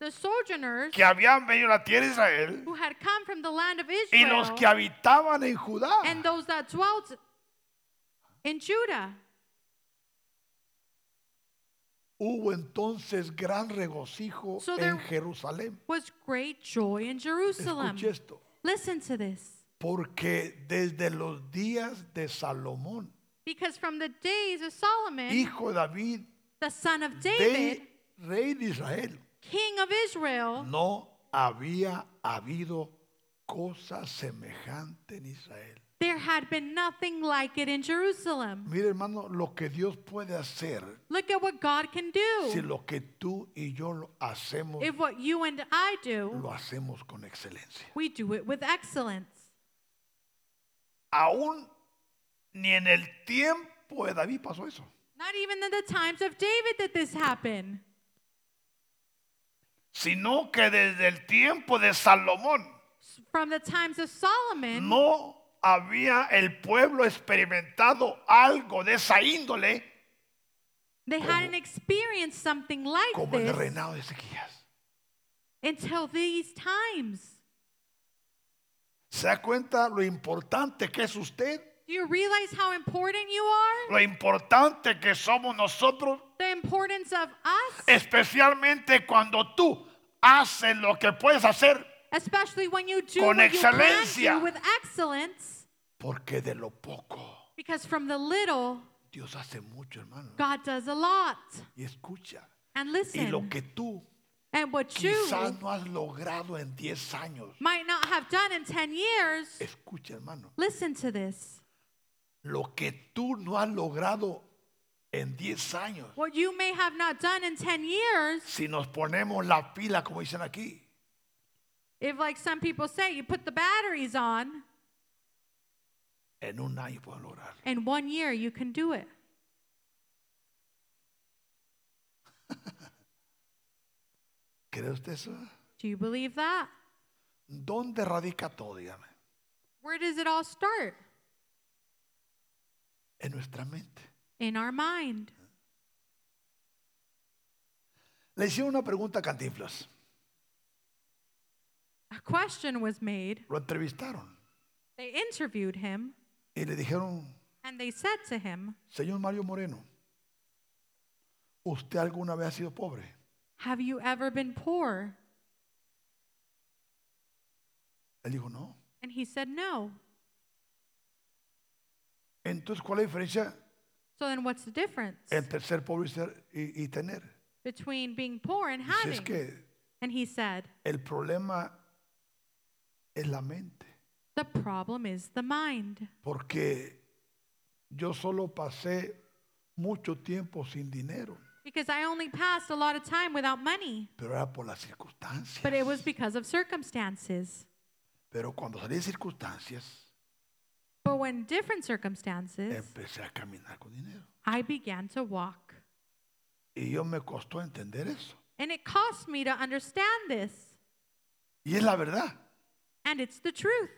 the sojourners
que habían venido a la tierra de Israel.
who had come from the land of
y
Israel,
los que habitaban en Judá.
and those that dwelt in Judah.
Hubo entonces gran regocijo
So
en
there-
Jerusalén.
Was great joy in Jerusalem.
Escuche esto,
Listen to this.
porque desde los días de Salomón,
Because from the days of Solomon,
hijo de David,
the son of
de-
David,
rey de Israel,
king of Israel,
no había habido cosa semejante en Israel.
there had been nothing like it in Jerusalem.
Mire hermano, lo que Dios puede hacer
Look at what God can do.
si lo que tú y yo lo hacemos,
if what you and I do,
lo hacemos con excelencia.
we do it with excellence.
aún ni en el tiempo de David pasó eso.
Not even in the times of David did this happen,
Sino que desde el tiempo de Salomón
S- from the times of Solomon.
no había el pueblo experimentado algo de esa índole
They hadn't experienced something like
como en el
this
reinado de Ezequías.
until these times.
¿Se da cuenta lo importante que es usted?
Do you realize how important you are?
Lo importante que somos nosotros,
The importance of us,
especialmente cuando tú haces lo que puedes hacer,
especially when you do
Con
what you can do
excelencia.
with excellence,
porque de lo poco
because from the little,
Dios hace mucho, hermano.
God does a lot.
Y escucha,
And
y lo
listen,
que tú
and what
quizás
you
no has logrado en 10 años.
might not have done in 10 years,
Escucha, hermano,
listen to this.
lo que tú no has logrado en 10 años,
What you may have not done in 10 years,
si nos ponemos la pila, como dicen aquí,
if, like some people say, you put the batteries on,
en un año puedes lograrlo.
in one year you can do it.
¿Cree usted eso?
Do you believe that?
¿Dónde radica todo, dígame?
Where does it all start?
En nuestra mente.
In our mind.
Le hicieron una pregunta a Cantinflas.
A question was made.
Lo entrevistaron
They interviewed him
y le dijeron,
and they said to him,
señor Mario Moreno, ¿usted alguna vez ha sido pobre?
Have you ever been poor?
Él dijo, no.
And he said, No.
Entonces, ¿cuál es la diferencia
So then what's the difference
entre ser pobre y, ser- y- y tener.
between being poor and
Dice,
having?
es que
And he said,
el problema es la mente,
The problem is the mind.
porque yo solo pasé mucho tiempo sin dinero,
Because I only passed a lot of time without money,
pero era por las circunstancias.
but it was because of circumstances.
Pero cuando salí de circunstancias,
But when different circumstances,
empecé a caminar con dinero.
I began to walk.
Y yo me costó entender eso.
And it cost me to understand this.
Y es la verdad.
And it's the truth.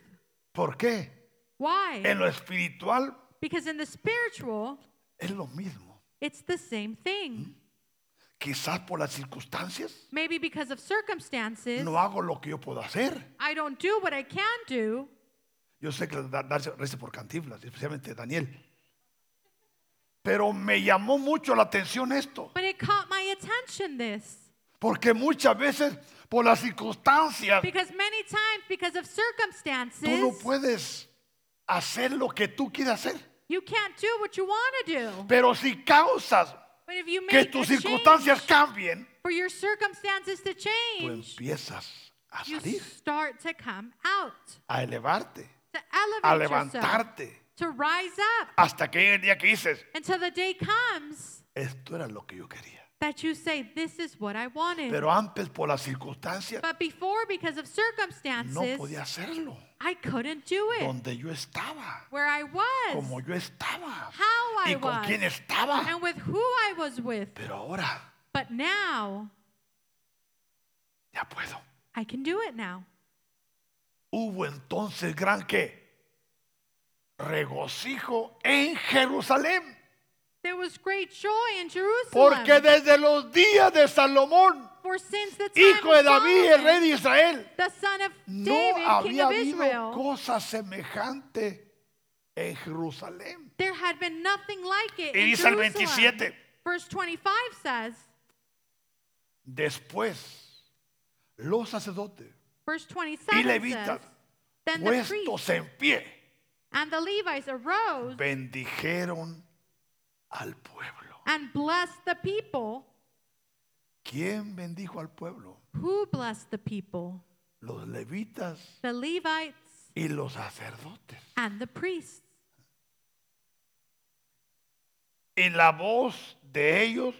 ¿Por qué?
Why?
En lo espiritual
Because in the spiritual,
es lo mismo.
it's the same thing.
Quizás por las circunstancias
Maybe because of circumstances,
no hago lo que yo puedo hacer.
I don't do what I can do.
Yo sé que da- darse reza por Cantinflas, especialmente Daniel. Pero me llamó mucho la atención esto,
But it caught my attention this.
porque muchas veces por las circunstancias
Because many times, because of
tú no
circumstances,
puedes hacer lo que tú quieres hacer.
you can't do what you want to do.
Pero si causas
But if you
que
make
tus
a change
circunstancias cambien,
for your circumstances to
tú
change,
empiezas a
you
salir,
start to come out,
a elevarte,
to
a
elevate yourself,
levantarte,
to rise up
hasta que llegue el día que dices,
until the day comes
esto era lo que yo quería.
that you say, This is what I wanted.
Pero antes, por las circunstancias,
but before, because of
no
circumstances,
podía hacerlo.
I couldn't do it.
Donde yo estaba,
where I was,
como yo estaba,
how I
y con
was,
quién estaba.
and with who I was with.
Pero ahora
But now,
ya puedo.
I can do it now.
Hubo entonces gran que regocijo en Jerusalén.
There was great joy in Jerusalem.
Porque desde los días de Salomón,
For since the time
hijo de
of
David, el
Solomon,
rey de Israel,
the son of
no
David, king
había
of
habido
Israel,
cosa semejante en Jerusalén.
there had been nothing like it
Y
in
dice el
Jerusalem.
27.
Verse 25 says,
Después, los sacerdotes,
verse 27
levitas,
says, Then the priests
puestos en pie,
and the Levites arose
bendijeron al pueblo.
and blessed the people.
¿Quién bendijo al pueblo?
Who blessed the people?
Los levitas
The Levites
y los sacerdotes.
and the priests.
Y la voz de ellos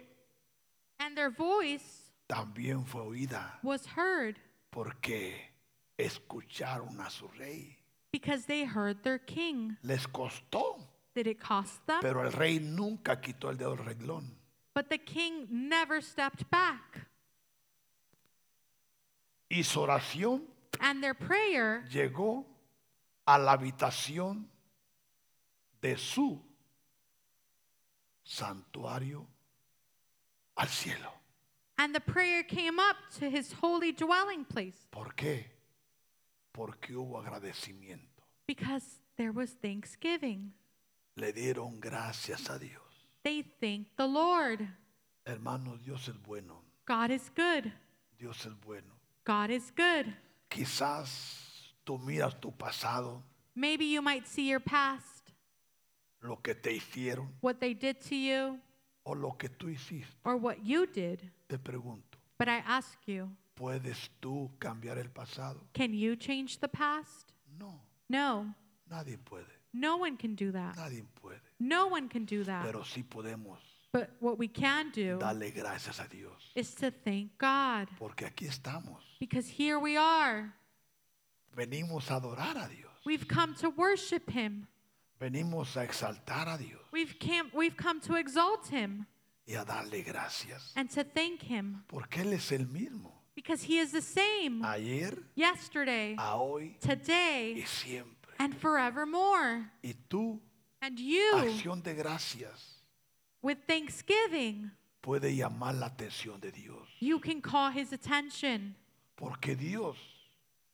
And their voice
también fue oída.
was heard
porque escucharon a su rey.
because they heard their king.
Les costó,
Did it cost them?
pero el rey nunca quitó el dedo del renglón.
But the king never stepped back,
Y su oración
and their prayer
llegó a la habitación de su santuario al cielo.
and the prayer came up to his holy dwelling place
¿Por qué? Porque hubo agradecimiento.
because there was thanksgiving.
Le dieron gracias a Dios.
They thanked the Lord.
Hermano, Dios es bueno.
God is good.
Dios es bueno.
God is good.
Quizás tú miras tu pasado,
Maybe you might see your past,
lo que te hicieron
what they did to you,
o lo que tú hiciste.
or what you did.
Te pregunto,
But I ask you,
¿puedes tú cambiar el pasado?
can you change the past?
No,
No,
nadie puede,
no one can do that.
nadie puede.
No one can do that.
Pero sí podemos
But what we can do
darle gracias a Dios,
is to thank God
porque aquí estamos.
because here we are.
Venimos a adorar a Dios,
We've come to worship Him.
venimos a exaltar a Dios
We've, cam- we've come to exalt Him
y a darle gracias,
and to thank Him
porque Él es el mismo,
because He is the
Ah.
same
ayer,
yesterday,
a hoy y
today,
siempre.
and forevermore.
Y tú,
And you,
acción de gracias,
with thanksgiving,
puede llamar la atención de Dios,
you can call His attention
porque Dios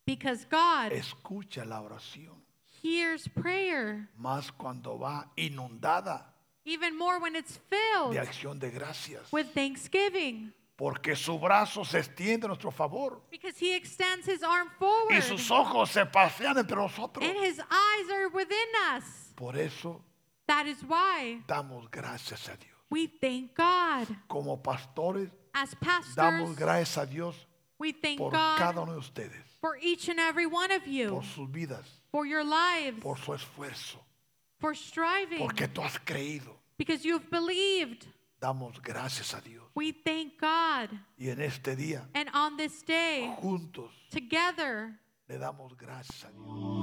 because God
escucha la oración,
hears prayer,
más cuando va inundada
even more when it's
de
filled
acción de gracias,
with thanksgiving.
porque su brazo se extiende a nuestro favor
Because he extends his arm
y
forward
sus ojos se pasean entre nosotros.
and his eyes are within us.
Por eso
That is why
damos gracias a Dios.
we thank God.
Como pastores,
As
damos
pastors,
gracias a Dios
we thank
por cada
God
uno de ustedes,
for each and every one of you,
por sus vidas,
for your lives,
por su esfuerzo,
for striving,
porque tú has creído.
because you've believed.
Damos gracias a Dios.
We thank God.
Y en este día, Oh.
And on this day,
juntos,
together,
le damos gracias a Dios.